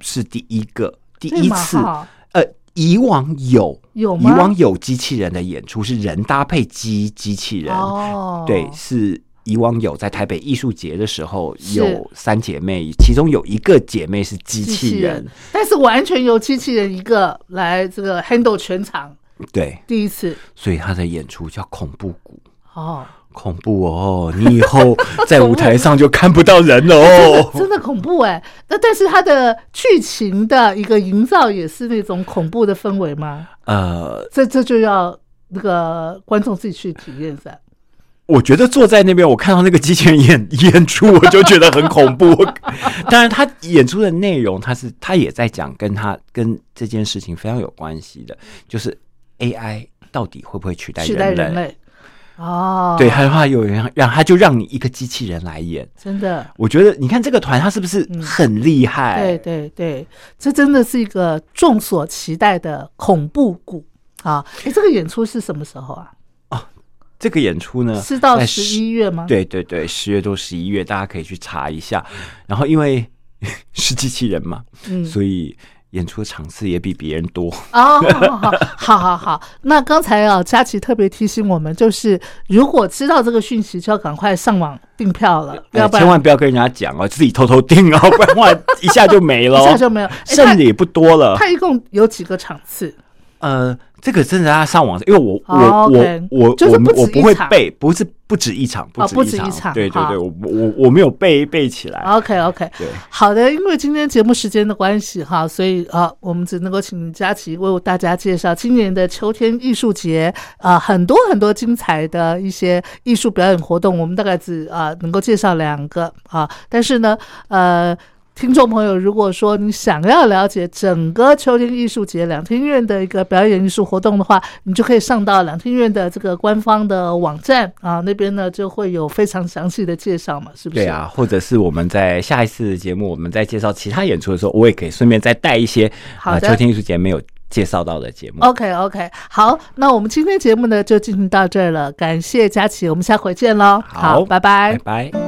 G: 是第一个，第
B: 对
G: 一
B: 嘛
G: 次，
B: 哈
G: 呃，以往有
B: 有
G: 以
B: 吗？
G: 往有机器人的演出是人搭配机机器人，
B: 哦，
G: 对，是以往有在台北艺术节的时候
B: 是
G: 有三姐妹，其中有一个姐妹是机
B: 机
G: 器
B: 器
G: 人，
B: 人，但是完全由机器人一个来这个 handle 全场，
G: 对，
B: 第一次
G: 所以她的演出叫恐怖谷。
B: 哦，
G: 恐怖哦！你以 后在舞台上就看不到人了哦。
B: 真的恐怖哎、那但是它的剧情的一个营造也是那种恐怖的氛围吗？
G: 呃，
B: 这这就要那个观众自己去体验噻。
G: 我觉得坐在那边，我看到那个机器人演演出，我就觉得很恐 怖。当然，他演出的内容，他是他也在讲跟他跟这件事情非常有关系的，就是 AI 到底会不会取代
B: 取代
G: 人
B: 人
G: 类？
B: 类。哦，
G: 对，他的话有人让他就让你一个机器人来演。
B: 真的，
G: 我觉得你看这个团，他是不是很厉害？
B: 嗯对对对，这真的是一个众所期待的恐怖谷啊！哎，这个演出是什么时候啊？
G: 这个演出呢，
B: 是到
G: 呃在
B: 十一月吗？，
G: 对对对，十月多十一月，大家可以去查一下。然后因为 是机器人嘛，
B: 嗯，
G: 所以演出的场次也比别人多。
B: 哦，好好好好好。那刚才啊，佳琪特别提醒我们，就是如果知道这个讯息，就要赶快上网订票了，
G: 呃
B: 要不然
G: 千万不要跟人家讲哦，自己偷偷订哦， 不然的话一下就没了哦，
B: 一下就没有。诶
G: 剩的也不多了
B: 它。它一共有几个场次？
G: 呃，这个真的要上网，因为我我
B: 哦
G: 我
B: OK
G: 我
B: 就是
G: 我
B: 不止
G: 我不会
B: 一场
G: 背，不是不止一场，
B: 哦不
G: 止
B: 止一场
G: 对对
B: 好哦
G: 对，我我我没有背背起来。
B: OK OK，
G: 对
B: 好的，因为今天节目时间的关系哈，所以啊，我们只能够请佳琪为大家介绍今年的秋天艺术节啊、很多很多精彩的一些艺术表演活动，我们大概只啊、能够介绍两个啊，但是呢，呃。听众朋友，如果说你想要了解整个秋天艺术节两厅院的一个表演艺术活动的话，你就可以上到两厅院的这个官方的网站啊，那边呢就会有非常详细的介绍嘛，是不是？
G: 对啊，或者是我们在下一次节目，我们在介绍其他演出的时候，我也可以顺便再带一些
B: 好
G: 啊、
B: 的哦
G: 秋天艺术节没有介绍到的节目。
B: OK OK，好，那我们今天节目呢就进行到这儿了，感谢佳琪，我们下回见喽。
G: 好
B: 拜拜
G: 拜拜。